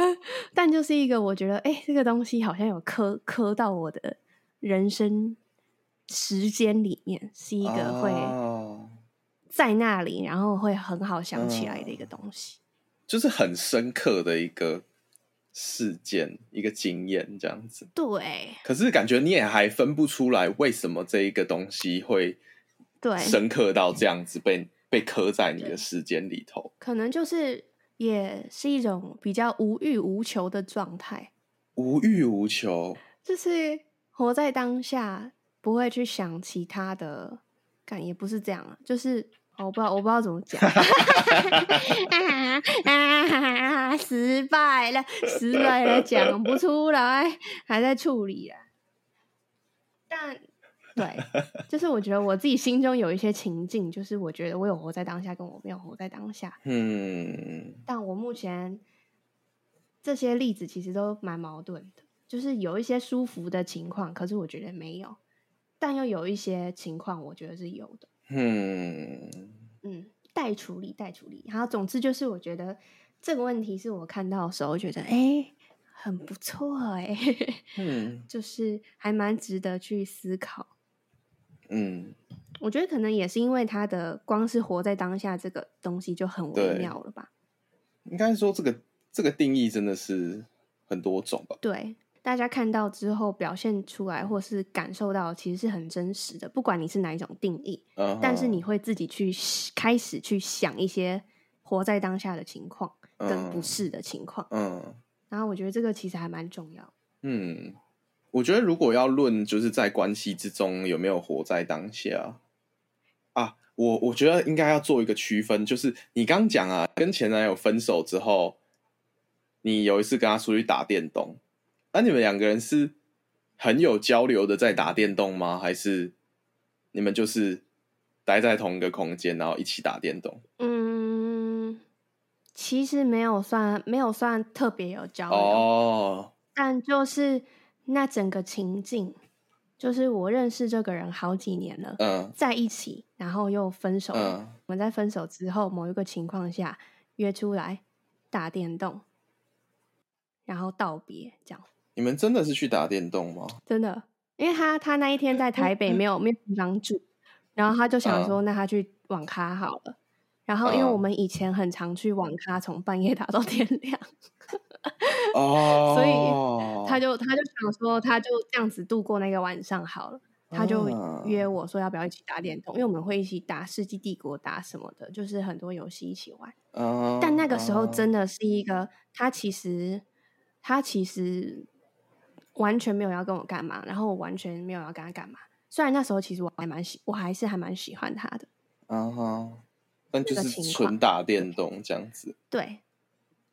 但就是一个，我觉得，哎、这个东西好像有磕磕到我的人生时间里面，是一个会哦在那里，然后会很好想起来的一个东西。就是很深刻的一个事件、一个经验这样子。对可是感觉你也还分不出来为什么这一个东西会对，深刻到这样子被被刻在你的时间里头，可能就是也是一种比较无欲无求的状态，无欲无求。就是活在当下，不会去想其他的。感也不是这样啊，就是。哦我不知道，我不知道怎么讲， 啊啊！失败了，失败了，讲不出来，还在处理啊。但对，就是我觉得我自己心中有一些情境，就是我觉得我有活在当下，跟我没有活在当下。嗯，但我目前这些例子其实都蛮矛盾的，就是有一些舒服的情况，可是我觉得没有；但又有一些情况，我觉得是有的。嗯，嗯，待处理，待处理。然后，总之就是，我觉得这个问题是我看到的时候觉得，哎、很不错、哎，嗯， 就是还蛮值得去思考。嗯，我觉得可能也是因为他的光是活在当下这个东西就很微对妙了吧？应该说这个这个定义真的是很多种吧。对，大家看到之后表现出来或是感受到，其实是很真实的，不管你是哪一种定义，嗯哼，但是你会自己去开始去想一些活在当下的情况跟不嗯是的情况。嗯然后我觉得这个其实还蛮重要。嗯，我觉得如果要论就是在关系之中有没有活在当下啊，我我觉得应该要做一个区分，就是你刚讲啊，跟前男友分手之后，你有一次跟他出去打电动，那、你们两个人是很有交流的在打电动吗？还是你们就是待在同一个空间，然后一起打电动？嗯，其实没有算没有算特别有交流，哦，但就是那整个情境，就是我认识这个人好几年了，嗯在一起，然后又分手了。嗯，我们在分手之后某一个情况下约出来打电动，然后道别，这样你们真的是去打电动 吗？真的，因为他他那一天在台北没有没有地方住，然后他就想说，那他去网咖好了。然后，因为我嗯们以前很常去网咖，从半夜打到天亮， 哦，所以他就他就想说，他就这样子度过那个晚上好了。他就啊约我说要不要一起打电动，因为我们会一起打《世纪帝国》打什么的，就是很多游戏一起玩。啊但那个时候啊真的是一个，他其实他其实完全没有要跟我干嘛，然后我完全没有要跟他干嘛。虽然那时候其实我还蛮喜，我还是还蛮喜欢他的，啊哈，但就个是情纯况打电动这样子。对，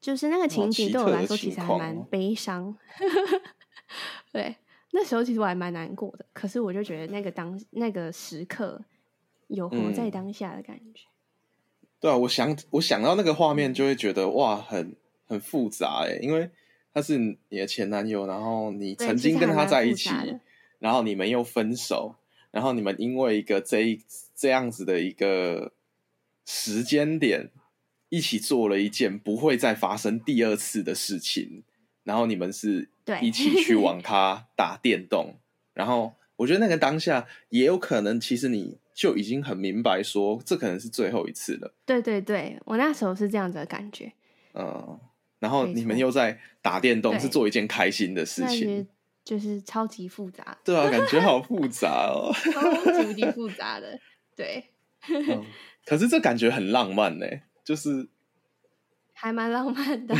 就是那个情景奇对我特来的说其情实还况蛮哦悲伤。 对，那时候其实我还蛮难过的，可是我就觉得那个当那个时刻有活在嗯当下的感觉。对啊，我想我想到那个画面，就会觉得哇，很很复杂哎、因为他是你的前男友，然后你对曾其经实跟还他蛮在一复起杂的，然后你们又分手，然后你们因为一个这一这样子的一个时间点，一起做了一件不会再发生第二次的事情，然后你们是对一起去网咖打电动， 然后我觉得那个当下也有可能，其实你就已经很明白说这可能是最后一次了，对对对，我那时候是这样子的感觉。嗯。然后没你们错又在打电动，对是做一件开心的事那些情，就是超级复杂， 对啊，感觉好复杂哦。超级无敌复杂的。对，嗯 可是这感觉很浪漫呢、就是还蛮浪漫 的。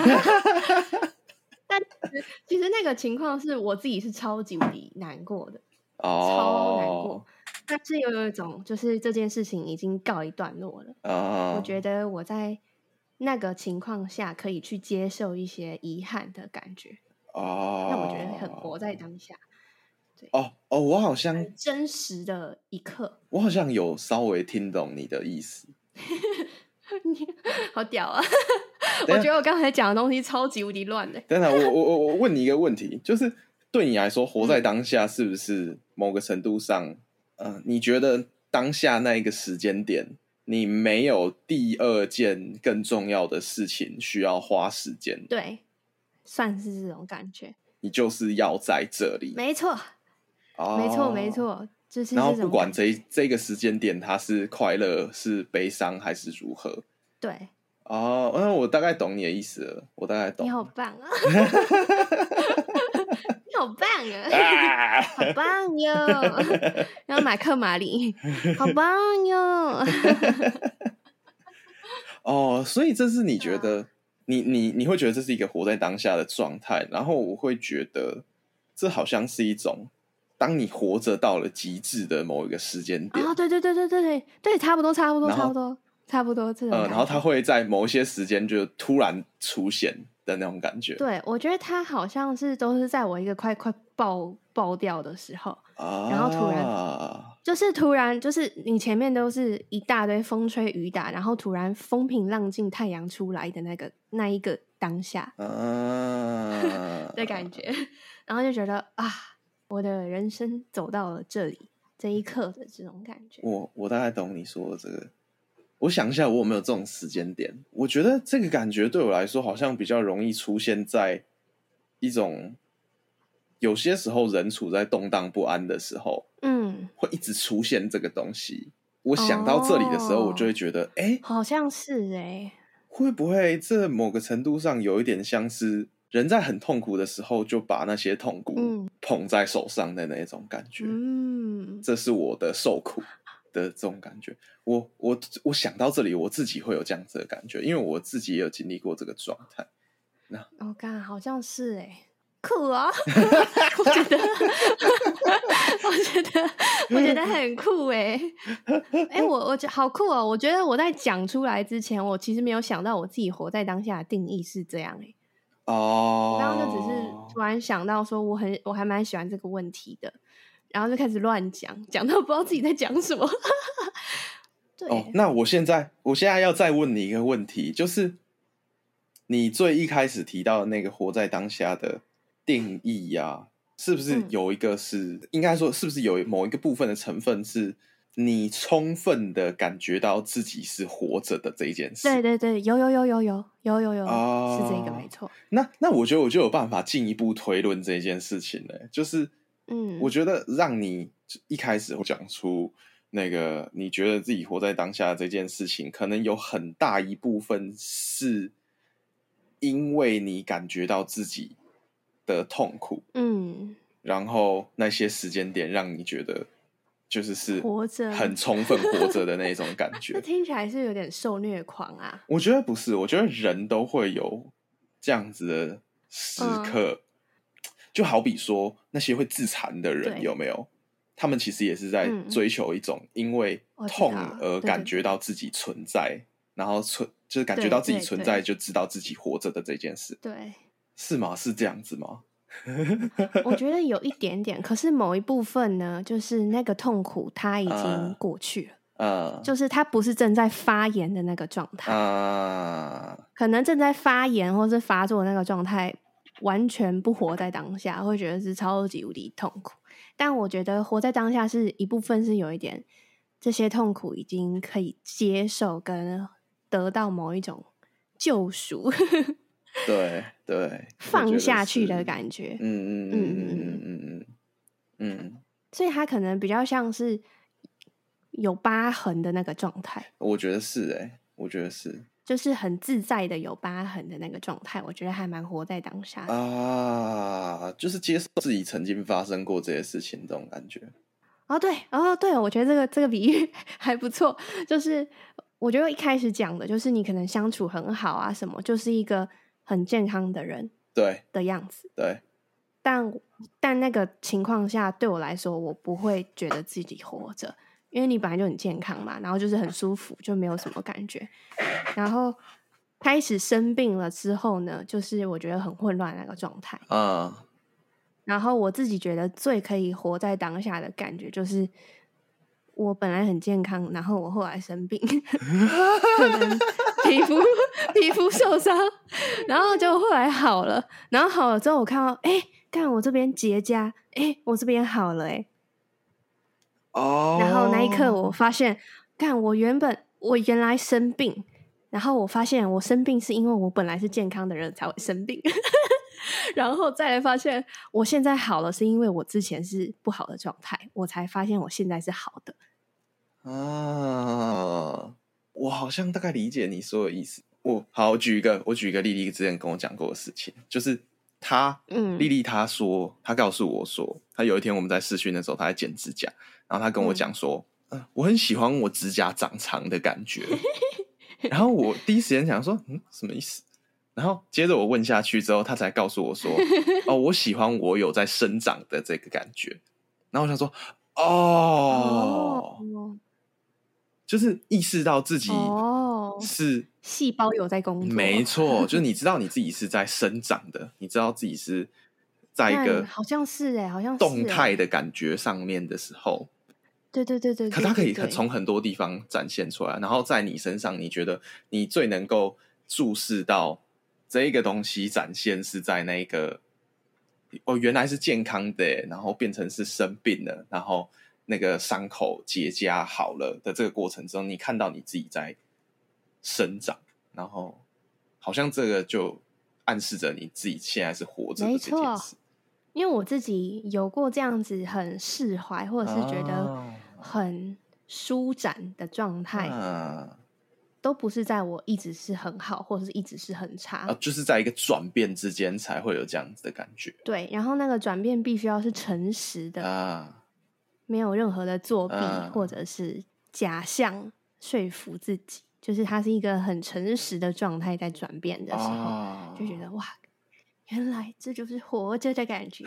但其实其实那个情况是我自己是超级无敌难过的，超难哦过，。但是又有一种就是这件事情已经告一段落了，啊，我觉得我在那个情况下可以去接受一些遗憾的感觉，得啊，那我觉得很活在当下，哦哦，我好像很真实的一刻，我好像有稍微听懂你的意思， 好屌啊！等我一下觉得我刚才讲的东西超级无敌乱的。等等，啊我我我我问你一个问题， 就是对你来说，活在当下是不是某个程度上，呃，你觉得当下那一个时间点，你没有第二件更重要的事情需要花时间，对，算是这种感觉，你就是要在这里，没错，没错，没。错，就哦是然后这不种管感这一觉这个时间点，它是快乐、是悲伤还是如何，对，哦，嗯，我大概懂你的意思了，我大概懂。你好棒 啊，你好棒啊，啊，好棒 哟，然后马克马里，好棒哟，哦，所以这是你觉啊得，你你你会觉得这是一个活在当下的状态，然后我会觉得这好像是一种，当你活着到了极致的某一个时间点，啊，对对对对对对对，差不多差不多然差后不多差不多这种呃，感然后它觉。会在某一些时间就突然出现的那种感觉。对，我觉得他好像是都是在我一个快快爆爆掉的时候，啊，然后突然就是突然，就是你前面都是一大堆风吹雨打，然后突然风平浪静，太阳出来的那个那一个当下啊的感觉，然后就觉得啊，我的人生走到了这里，这一刻的这种感觉，我我大概懂你说的这个。我想一下，我有没有这种时间点？我觉得这个感觉对我来说，好像比较容易出现在一种有些时候人处在动荡不安的时候，嗯，会一直出现这个东西。我想到这里的时候，哦我就会觉得，哎、好像是哎、会不会这某个程度上有一点像是人在很痛苦的时候，就把那些痛苦嗯捧在手上的那种感觉？嗯，这是我的受苦的这种感觉。我我我想到这里，我自己会有这样子的感觉，因为我自己也有经历过这个状态。欸 我、哦、干，好像是哎、酷啊、我觉得我 觉得很酷哎、哎、我我觉得好酷哦！我觉得我在讲出来之前，我其实没有想到我自己活在当下的定义是这样哎、哦，我刚刚就只是突然想到说，我很我还蛮喜欢这个问题的，然后就开始乱讲，讲到不知道自己在讲什么。 对，哦，那我现在我现在要再问你一个问题，就是你最一开始提到的那个活在当下的定义呀、是不是嗯有一个是、应该说是不是有某一个部分的成分是你充分的感觉到自己是活着的这一件事？对对对，有有有有有有有有，哦是这个没错。那那我觉得我就有办法进一步推论这件事情了、欸就是嗯，我觉得让你一开始讲出那个你觉得自己活在当下的这件事情，可能有很大一部分是因为你感觉到自己的痛苦，嗯，然后那些时间点让你觉得就是是活着很充分活着的那种感那觉。听起来是有点受虐狂啊。我觉得不是，我觉得人都会有这样子的时刻，就好比说那些会自残的人对有没有？他们其实也是在嗯嗯追求一种因为我知痛道而对感对觉到自己存在，然后存就是感觉对到自己对存对在，就知道自己活着的这件事， 对，是吗？是这样子吗？我觉得有一点点，可是某一部分呢，就是那个痛苦它已嗯经过去了，呃，就是它不是正在发炎的那个状态，啊、可能正在发炎或是发作的那个状态，完全不活在当下，会觉得是超级无敌痛苦。但我觉得活在当下是一部分，是有一点这些痛苦已经可以接受跟得到某一种救赎、对对，放下去的觉感觉。得是，嗯嗯嗯嗯嗯嗯嗯嗯。所以它可能比较像是有疤痕的那个状态，我觉得是哎、我觉得是就是很自在的有疤痕的那个状态。我觉得还蛮活在当下的。啊，就是接受自己曾经发生过这些事情这种感觉。哦，对，哦，对，我觉得这个这个比喻 还不错。就是我觉得一开始讲的，就是你可能相处很好啊，什么，就是一个很健康的人对的样子。对，但但那个情况下，对我来说，我不会觉得自己活着，因为你本来就很健康嘛，然后就是很舒服，就没有什么感觉。然后开始生病了之后呢，就是我觉得很混乱那个状态。啊然后我自己觉得最可以活在当下的感觉，就是我本来很健康，然后我后来生病， 可能皮肤皮肤受伤，然后就后来好了，然后好了之后，我看到哎，干、我这边结痂，哎、我这边好了、诶哦然后那一刻我发现，干，我原本我原来生病。然后我发现我生病是因为我本来是健康的人才会生病， 然后再来发现我现在好了是因为我之前是不好的状态，我才发现我现在是好的。啊，我好像大概理解你说的意思。我好，我举一个，我举一个丽丽之前跟我讲过的事情，就是她，嗯丽丽她说，她告诉我说，她有一天我们在试训的时候，她在剪指甲，然后她跟我讲说，嗯、我很喜欢我指甲长长的感觉。然后我第一时间想说，嗯，什么意思？然后接着我问下去之后，她才告诉我说，哦，我喜欢我有在生长的这个感觉。然后我想说，哦就是意识到自己哦，是、细胞有在工作，没错，就是你知道你自己是在生长的，你知道自己是在一但个好像是欸好像是动态欸的感觉上面的时候，对对对对，可对它可以对对从很多地方展现出来，然后在你身上，你觉得你最能够注视到这一个东西展现是在那一个哦，原来是健康的耶，然后变成是生病了，然后那个伤口结痂好了的这个过程中，你看到你自己在生长，然后好像这个就暗示着你自己现在是活着的没这件错事，因为我自己有过这样子很释怀，或者是觉得啊很舒展的状态，啊都不是在我一直是很好，或者是一直是很差。啊，就是在一个转变之间才会有这样子的感觉对，然后那个转变必须要是诚实的，啊。没有任何的作弊、嗯或者是假象说服自己，就是它是一个很诚实的状态在转变的时候，啊就觉得哇，原来这就是活着的感觉。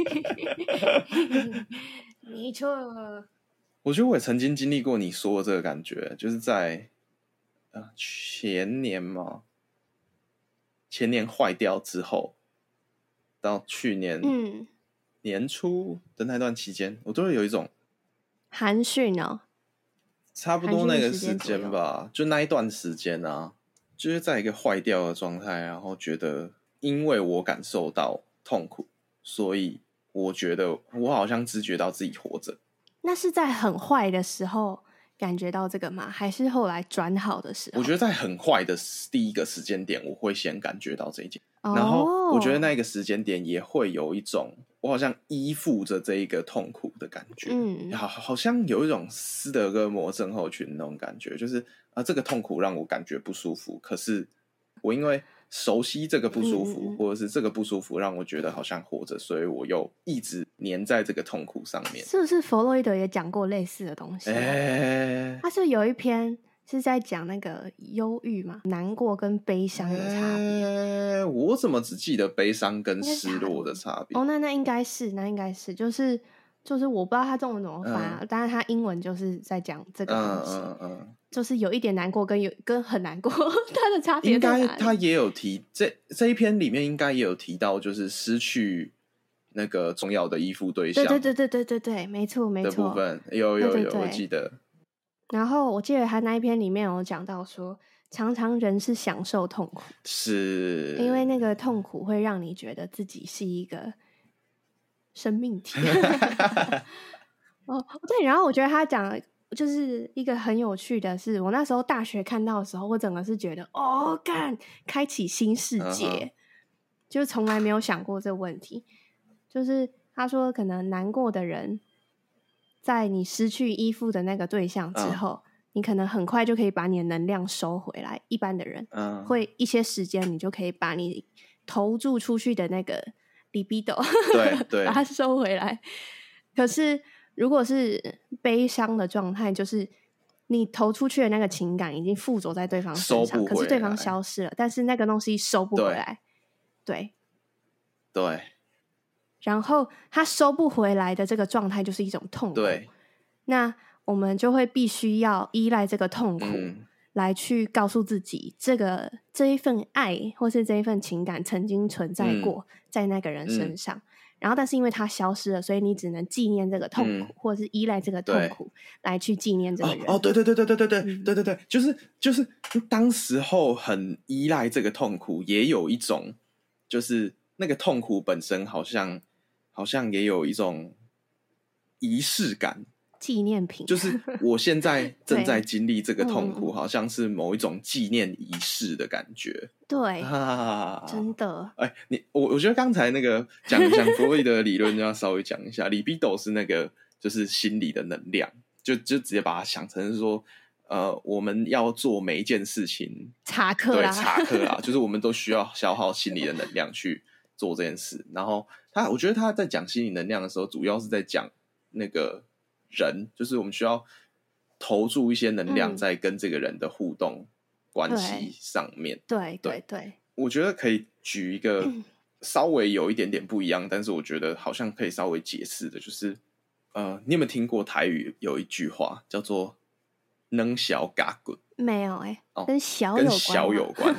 没错，我觉得我也曾经经历过你说的这个感觉，就是在呃前年嘛，前年坏掉之后，到去年嗯，年初的那段期间，我都会有一种韩讯哦，差不寒多暄那的个时时间左间右吧，就那一段时间啊，就是在一个坏掉的状态，然后觉得因为我感受到痛苦，所以我觉得我好像知觉到自己活着。那是在很坏的时候感觉到这个吗？还是后来转好的时候？我觉得，得在很坏的时第一个时间点，我会先感觉到这一件，然哦后我觉得那个时间点也会有一种我好像依附着这一个痛苦的感觉。嗯好，好像有一种斯德哥尔摩症候群那种感觉，就是啊，这个痛苦让我感觉不舒服，可是我因为熟悉这个不舒服，嗯嗯嗯或者是这个不舒服让我觉得好像活着，所以我又一直黏在这个痛苦上面。是不是弗洛伊德也讲过类似的东西啊？哎、他是有一篇是在讲那个忧郁嘛，难过跟悲伤的差别。哎我怎么只记得悲伤跟失落的差别哦，？那那应该是，那应该是，就是就是我不知道他中文怎么发，但是他英文就是在讲这个嗯东西，嗯嗯，就是有一点难过跟有跟很难过， 它的差别应在该哪里？他也有提这这一篇里面应该也有提到，就是失去那个重要的依附对象对对对对对对对，没错没的部错。分，有有对有，对我对记得，然后我记得他那一篇里面有讲到说，常常人是享受痛苦，是因为那个痛苦会让你觉得自己是一个生 命体。哦，对，然后我觉得他讲的就是一个很有趣的是，我那时候大学看到的时候，我整个是觉得哦，干，开启新世界嗯哼就从来没有想过这个问题。就是他说，可能难过的人，在你失去依附的那个对象之嗯后，你可能很快就可以把你的能量收回来。一般的人，嗯，会一些时间，你就可以把你投注出去的那个 libido， 对对把它收回来。可是如果是悲伤的状态，就是你投出去的那个情感已经附着在对方身收上，不可是对方回来消失了，但是那个东西收不回对来，对。对然后他收不回来的这个状态就是一种痛苦，对，那我们就会必须要依赖这个痛苦，嗯，来去告诉自己，这个这一份爱或是这一份情感曾经存嗯在过在那个人身上，然后但是因为它消失了，所以你只能纪念这个痛苦，嗯或者是依赖这个痛对苦来去纪念这个哦人。哦，对对对对对对对嗯对对对，就是就是当时候很依赖这个痛苦，也有一种就是那个痛苦本身好像好像也有一种仪式感，纪念品 就是我现在正在经历这个痛嗯苦，好像是某一种纪念仪式的感觉对，啊。哎真的，哎，你我我觉得刚才那个讲讲弗洛伊德的理论，就要稍微讲一下。里比斗是那个就是心理的能量，就就直接把它想成是说，呃，我们要做每一件事情，查克对啦，查克啦，就是我们都需要消耗心理的能量去做这件事。然后他，我觉得他在讲心理能量的时候，主要是在讲那个人，就是我们需要投注一些能量嗯在跟这个人的互动关对系上面。对对对对，我觉得可以举一个稍微有一点点不一样，但是我觉得好像可以稍微解释的，就是呃，你有没有听过台语有一句话叫做“能小嘎滚没有哎、哦跟”，小有跟关啊小吗有关。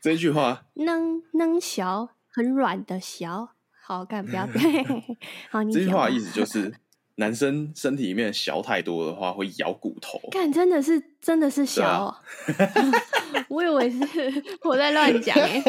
这句话能能小很软的小，好干 不要 好你这句讲话吧的意思就是，男生身体里面的小太多的话会咬骨头。干真的是真的是对小、啊哦， 我以为是我在乱讲哎，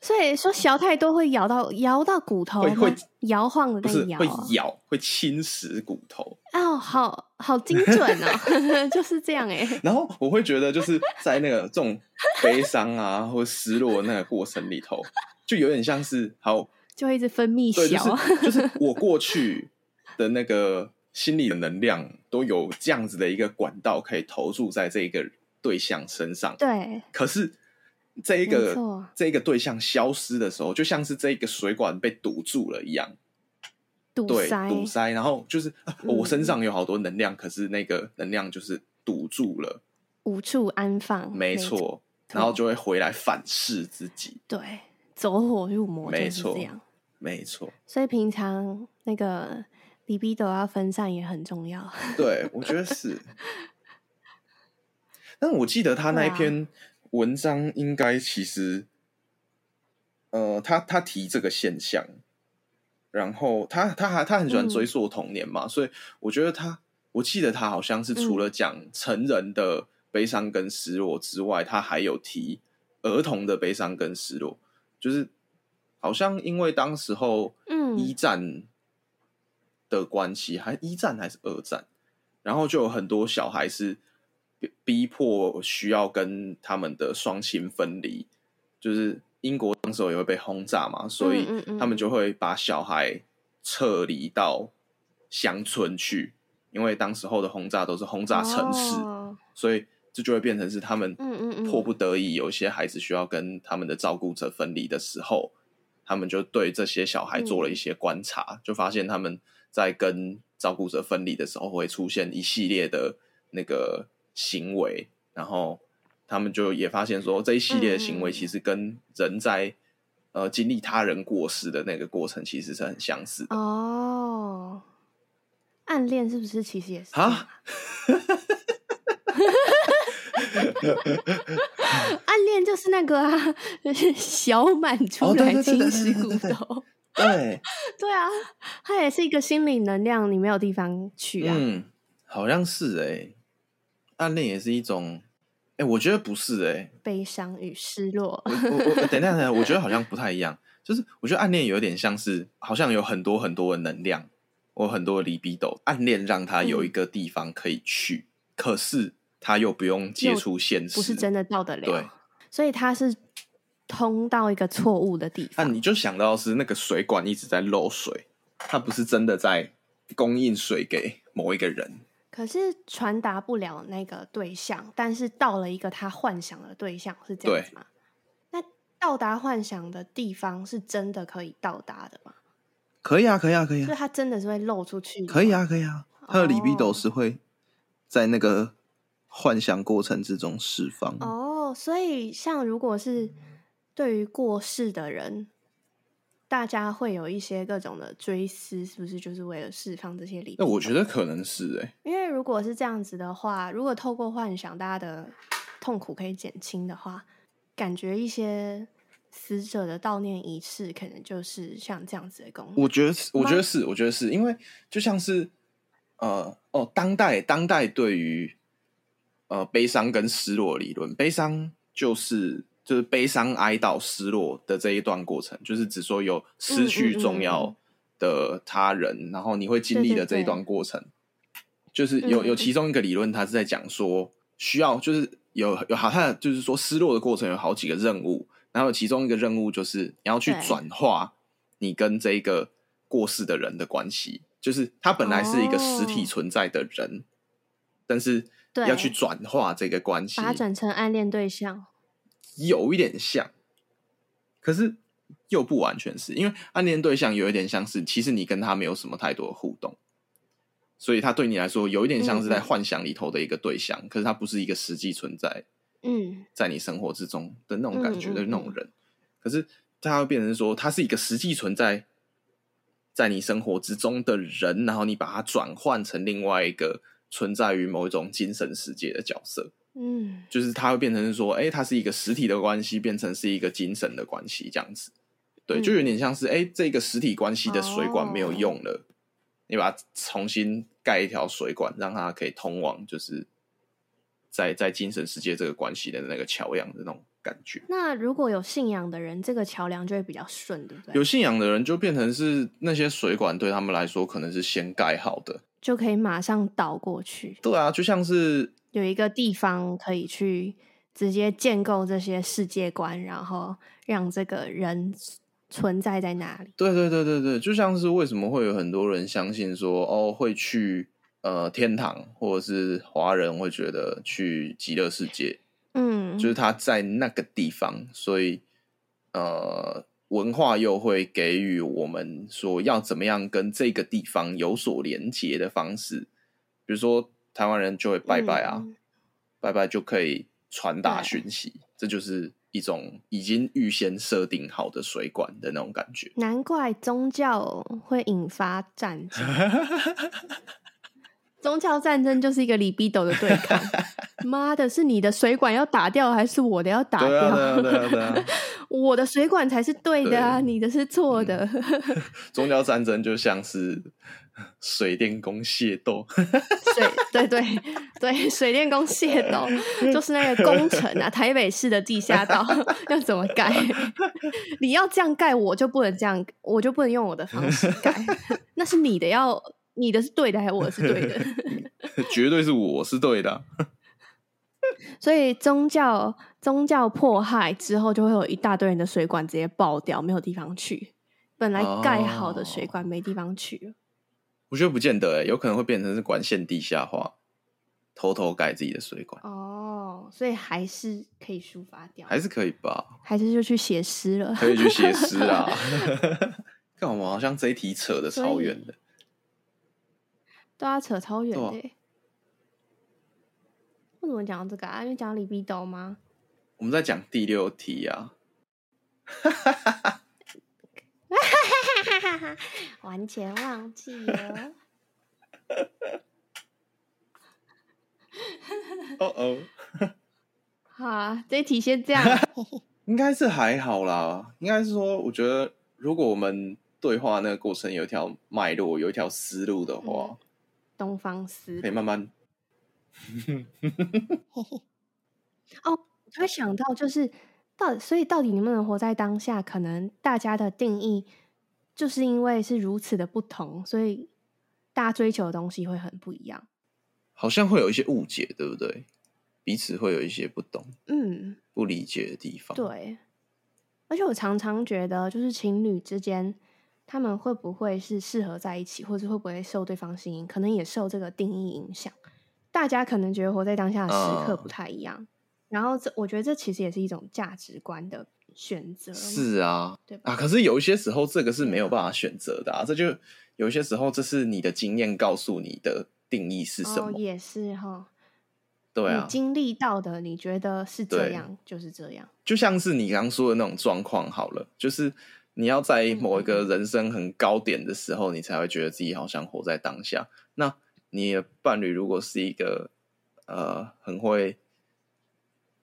所以说小太多会摇到摇到骨头会吗会摇晃的不那是个摇会哦咬，会侵蚀骨头。哦，好好精准哦， 就是这样哎、然后我会觉得，就是在那个这种悲伤啊或失落的那个过程里头，就有点像是好，就会一直分泌对，就小，哦是就是我过去的那个心理的能量都有这样子的一个管道可以投注在这一个对象身上，对，可是这一没个错这一个对象消失的时候，就像是这一个水管被堵住了一样，堵对，塞，堵塞，然后就是、啊嗯我身上有好多能量，可是那个能量就是堵住了。无处安放，没，错，然后就会回来反噬自己。对，走火入魔，没就是错这样。没错，所以平常那个 libido 要分散也很重要。 对，我觉得是。但我记得他那一对啊篇文章应该其实，呃，他他提这个现象，然后他他还他很喜欢嗯追溯童年嘛，所以我觉得他，我记得他好像是除嗯了讲成人的悲伤跟失落之外，他还有提儿童的悲伤跟失落，就是好像因为当时候嗯一战的关系，还一战还是二战，然后就有很多小孩是逼逼迫需要跟他们的双亲分离，就是英国当时候也会被轰炸嘛，所以嗯嗯嗯他们就会把小孩撤离到乡村去，因为当时候的轰炸都是轰炸城市，哦所以这就会变成是他们嗯嗯嗯迫不得已，有一些孩子需要跟他们的照顾者分离的时候，他们就对这些小孩嗯做了一些观察，就发现他们在跟照顾者分离的时候会出现一系列的那个行为，然后他们就也发现说这一系列的行为嗯嗯嗯其实跟人在呃经历他人过世的那个过程其实是很相似的。哦，暗恋是不是其实也是这样啊啊？ 暗恋就是那个啊， 小满出哦对来对对对对青石对骨对对头，对，对啊，它也是一个心理能量，你没有地方去啊。嗯，好像是哎、暗恋也是一种，哎、我觉得不是哎、悲伤与失落，我我我等一下等一下，我觉得好像不太一样。就是我觉得暗恋有点像是，好像有很多很多的能量，我有很多的 libido。暗恋让他有嗯一个地方可以去，可是他又不用接触现实，不是真的到得对了，所以它是通到一个错误的地那方。你就想到是那个水管一直在漏水，它不是真的在供应水给某一个人。可是传达不了那个对象，但是到了一个他幻想的对象，是这样对子吗？那到达幻想的地方是真的可以到达的吗？可以啊，可以啊，可以就是啊，他真的是会漏出去？可以啊，。可以啊。他的 libido 哦是会在那个幻想过程之中释放。哦，所以像如果是对于过世的人，大家会有一些各种的追思，是不是就是为了释放这些礼？那我觉得可能是哎、因为如果是这样子的话，如果透过幻想，大家的痛苦可以减轻的话，感觉一些死者的悼念仪式可能就是像这样子的功能。我觉得是，我觉得是，我觉得是因为就像是呃哦，当代当代对于呃悲伤跟失落的理论，悲伤就是就是悲伤、哀悼、失落的这一段过程，就是只说有失去重要的他人，然后你会经历的这一段过程，就是有有嗯其中一个理论，它是在讲说需要就是有有好像就是说失落的过程有好几个任务，然后其中一个任务就是你要去对转化你跟这一个过世的人的关系，就是他本来是一个实体哦存在的人，但是对要去转化这个关系把，它转成暗恋对象，有一点像，可是又不完全是因为暗恋对象有一点像是，其实你跟他没有什么太多的互动。所以他对你来说有一点像是在嗯嗯幻想里头的一个对象，可是他不是一个实际存在嗯，在你生活之中的那种感觉嗯嗯的那种嗯人，可是他会变成说，他是一个实际存在在你生活之中的人，然后你把它转换成另外一个存在于某一种精神世界的角色，嗯，就是他会变成是说，哎、它是一个实体的关系，变成是一个精神的关系这样子，对，嗯哦就有点像是，哎、这个实体关系的水管没有用了，你把它重新盖一条水管，让它可以通往，就是在在精神世界这个关系的那个桥梁的那种感觉。那如果有信仰的人，这个桥梁就会比较顺，对不有对？信仰的人就变成是那些水管对他们来说可能是先盖好的，就可以马上倒过去，对啊，就像是有一个地方可以去直接建构这些世界观，然后让这个人存在在哪里。对对对对对，就像是为什么会有很多人相信说哦会去呃天堂，或者是华人会觉得去极乐世界，嗯，就是他在那个地方，所以呃文化又会给予我们说要怎么样跟这个地方有所连接的方式，比如说台湾人就会拜拜啊，嗯拜拜就可以传达对讯息，这就是一种已经预先设定好的水管的那种感 觉。难怪宗教会引发战争， 宗教战争就是一个里比斗的对抗。妈的，是你的水管要打掉，还是我的要打对掉？啊，对啊，对啊，对啊。 我的水管才是对的啊，对嗯你的是错的。宗教战争就像是水电工械斗， 水对对对，水电工械斗 就是那个工程啊，台北市的地下道要怎么盖？ 你要这样盖，我就不能这样，我就不能用我的方式盖， 那是你的要，你的是对的，还是我的是对的？ 绝对是我是对的啊、所以宗教宗教迫害之后，就会有一大堆人的水管直接爆掉，没有地方去。本来哦盖好的水管没地方去了，我觉得不见得、欸，有可能会变成是管线地下化，偷偷盖自己的水管，哦，所以还是可以抒发掉，还是可以吧？还是就去写诗了。可以去写诗啊。 干嘛？好像这一题扯的超远的。对啊，扯超远对的啊欸。为什么讲到这个啊？因为讲李必斗吗？我们在讲第六题啊，哈哈哈，完全忘 记了。哦哦，好啊，这一题先这样。应该是还好啦。应该是说，我觉得如果我们对话那个过程有一条脉络，有一条思路的话，东方思可以慢慢哦我突然想到，就是到底，所以到底能不能活在当下，可能大家的定义就是因为是如此的不同，所以大家追求的东西会很不一样。好像会有一些误解，对不对？彼此会有一些不懂、嗯，不理解的地方。，对。嗯而且我常常觉得，就是情侣之间，他们会不会是适合在一起，或者会不会受对方吸引，可能也受这个定义影响。大家可能觉得活在当下的时刻嗯不太一样，然后这我觉得这其实也是一种价值观的选择嘛，是啊，对吧？啊，可是有一些时候这个是没有办法选择的啊，这就有一些时候这是你的经验告诉你的定义是什哦，么，也是哈。对啊你，经历到的，你觉得是这对样，就是这样。 就像是你刚说的那种状况好了，就是你要在某一个人生很高点的时候，你才会觉得自己好像活在当下。那你的伴侣如果是一个呃很会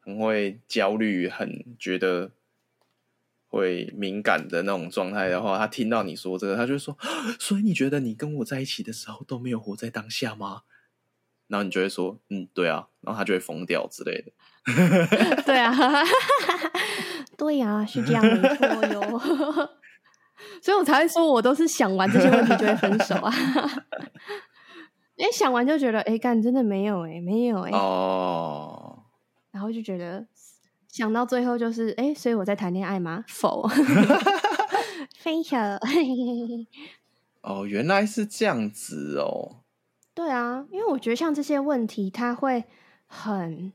很会焦虑、很觉得会敏感的那种状态的话，他听到你说这个，他就会说：“所以你觉得你跟我在一起的时候都没有活在当下吗？”然后你就会说：“嗯，对啊。”然后他就会疯掉之类的。对啊， 对呀、是这样没错哟。 所以我才会说，我都是想完这些问题就会分手啊。 因为想完就觉得，哎、干真的没有哎、没有哎、哦。然后就觉得想到最后就是，哎、所以我在谈恋爱吗？ 否， 分手。哦，原来是这样子哦。对啊，因为我觉得像这些问题，它会很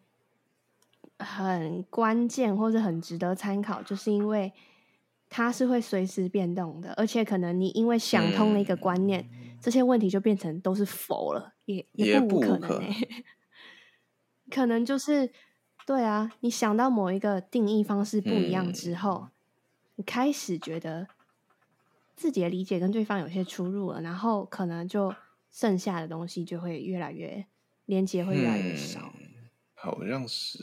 很关键，或者很值得参考，就是因为它是会随时变动的，而且可能你因为想通嗯了一个观念，这些问题就变成都是否了，也也不不无可无能、可欸、 可能就是对啊，你想到某一个定义方式不一嗯样之后，你开始觉得自己的理解跟对方有些出入了，然后可能就剩下的东西就会越来越连接会越来越少。嗯好像是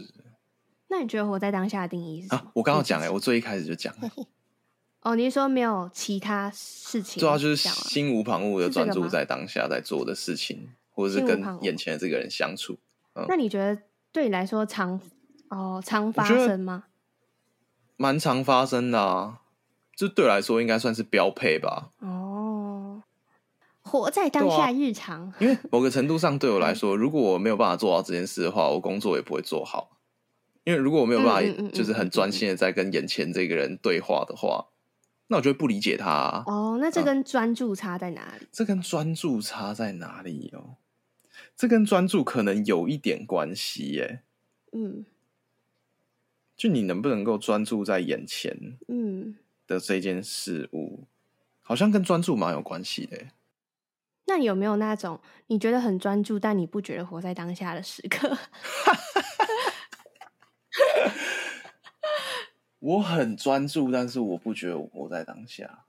那你觉得活在当下的定义是什么？啊，我刚刚你自讲哎，己我最一开始就讲 了，哦，你是说没有其他事情主想要了，啊就是心无旁骛的啊是这个专注吗在当下在做的事情，或者心是无跟旁骛眼前的这个人相处。那你觉得对你来说常哦常发觉得生吗？蛮常发生的啊，这对我来说应该算是标配吧，哦，活在当对啊下日常，因为某个程度上对 嗯我来说，如果我没有办法做到这件事的话，我工作也不会做好。因为如果我没有办嗯嗯嗯法嗯，就是嗯很嗯专心的在跟眼前这个人对话的话，那我就会不理解他啊。哦，那这跟专注差在哪里？这跟专注差在哪里哦？这跟专注可能有一点关系耶，嗯就你能不能够专注在眼前嗯，的这件事物，好像跟专注蛮有关系的耶。那有没有那种你觉得很专注，但你不觉得活在当下的时刻？我很专注，但是我不觉得我活在当下。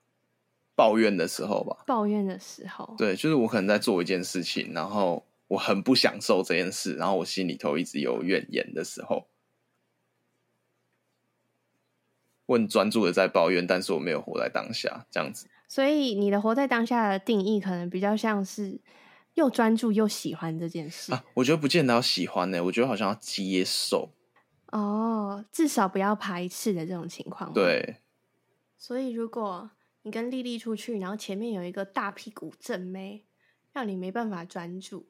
抱怨的时候吧， 抱怨的时候，对，就是我可能在做一件事情，然后我很不享受这件事，然后我心里头一直有怨言的时候，我很专注的在抱怨，但是我没有活在当下，这样子。所以你的活在当下的定义可能比较像是又专注又喜欢这件事、啊，我觉得不见得要喜欢呢、我觉得好像要接受。哦，至少不要排斥的这种情况。，对，所以如果你跟丽丽出去，然后前面有一个大屁股正妹，让你没办法专注，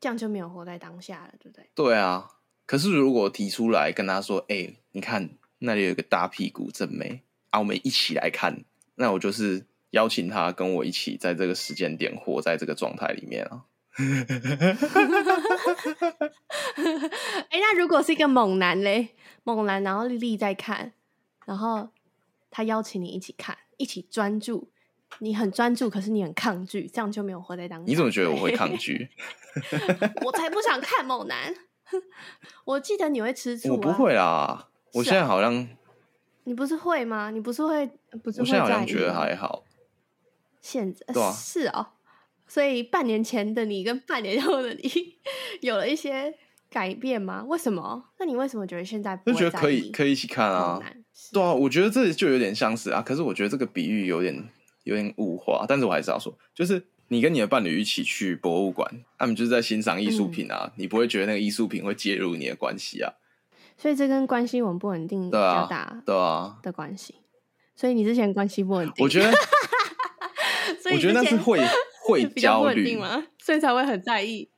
这样就没有活在当下了，对 不对？对啊。可是如果提出来跟他说：“哎、你看那里有一个大屁股正妹啊，我们一起来看。”那我就是邀请他跟我一起在这个时间点活在这个状态里面啊。哎、那如果是一个猛男嘞，猛男，然后丽丽在看，然后他邀请你一起看，一起专注，你很专注，可是你很抗拒，这样就没有活在当下。你怎么觉得我会抗拒？我才不想看猛男。 我记得你会吃醋、啊，我不会，啦，我是啊现在好像，你不是会吗？你不是会，不是我会现在好在像意觉得吗还好。现在、对啊是哦，所以半年前的你跟半年后的你 有了一些改变吗？为什么？那你为什么觉得现在不就会觉得可以，可以以一起看啊。对啊，我觉得这就有点像是啊，可是我觉得这个比喻有点有点物化，但是我还是要说，就是你跟你的伴侣一起去博物馆，他们就是在欣赏艺嗯术品啊，你不会觉得那个艺术品会介入你的关系啊，所以这跟关系稳不稳定比对较啊大，对啊，的关系。所以你之前关系不稳定，我觉得得，所我以你觉得之那是前 会会比较焦不稳虑，定吗？所以才会很在意。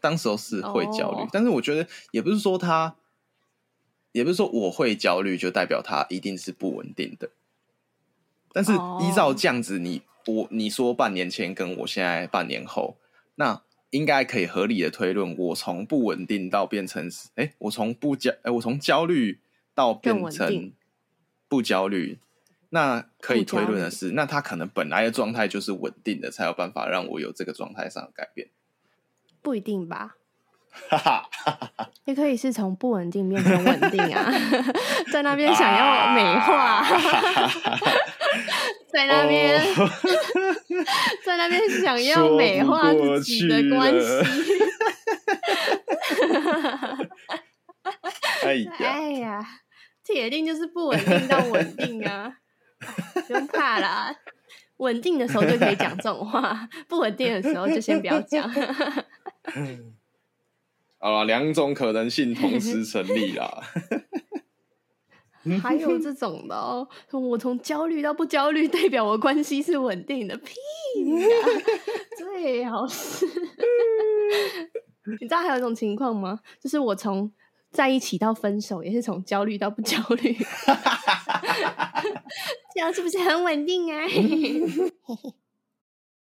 当时候是会焦虑，哦但是我觉得也不是说他，也不是说我会焦虑就代表他一定是不稳定的。但是哦依照这样子你，我你说半年前跟我现在半年后，那应该可以合理的推论，我从不稳定到变成是，哎、我从不焦，哎、我从焦虑到更变稳成定不焦虑。那可以不焦推虑论的是，那他可能本来的状态就是稳定的，才有办法让我有这个状态上的改变。不一定吧，哈哈。也可以是从不稳定变成稳定啊， 在那边想要美化，在 那边、啊哦在那边想要美化自己的关 说不过系。 哎呀，哎呀，铁定就是不稳定到稳定啊，不用怕啦。稳定的时候就可以讲这种话，不稳定的时候就先不要讲。好了，两种可能性同时成立啦。还有这种的哦，我从焦虑到不焦虑， 代表我关系是稳定的，屁呀、最好是。 你知道还有一种情况吗？就是我从在一起到分手，也是从焦虑到不焦虑， 这样是不是很稳定啊？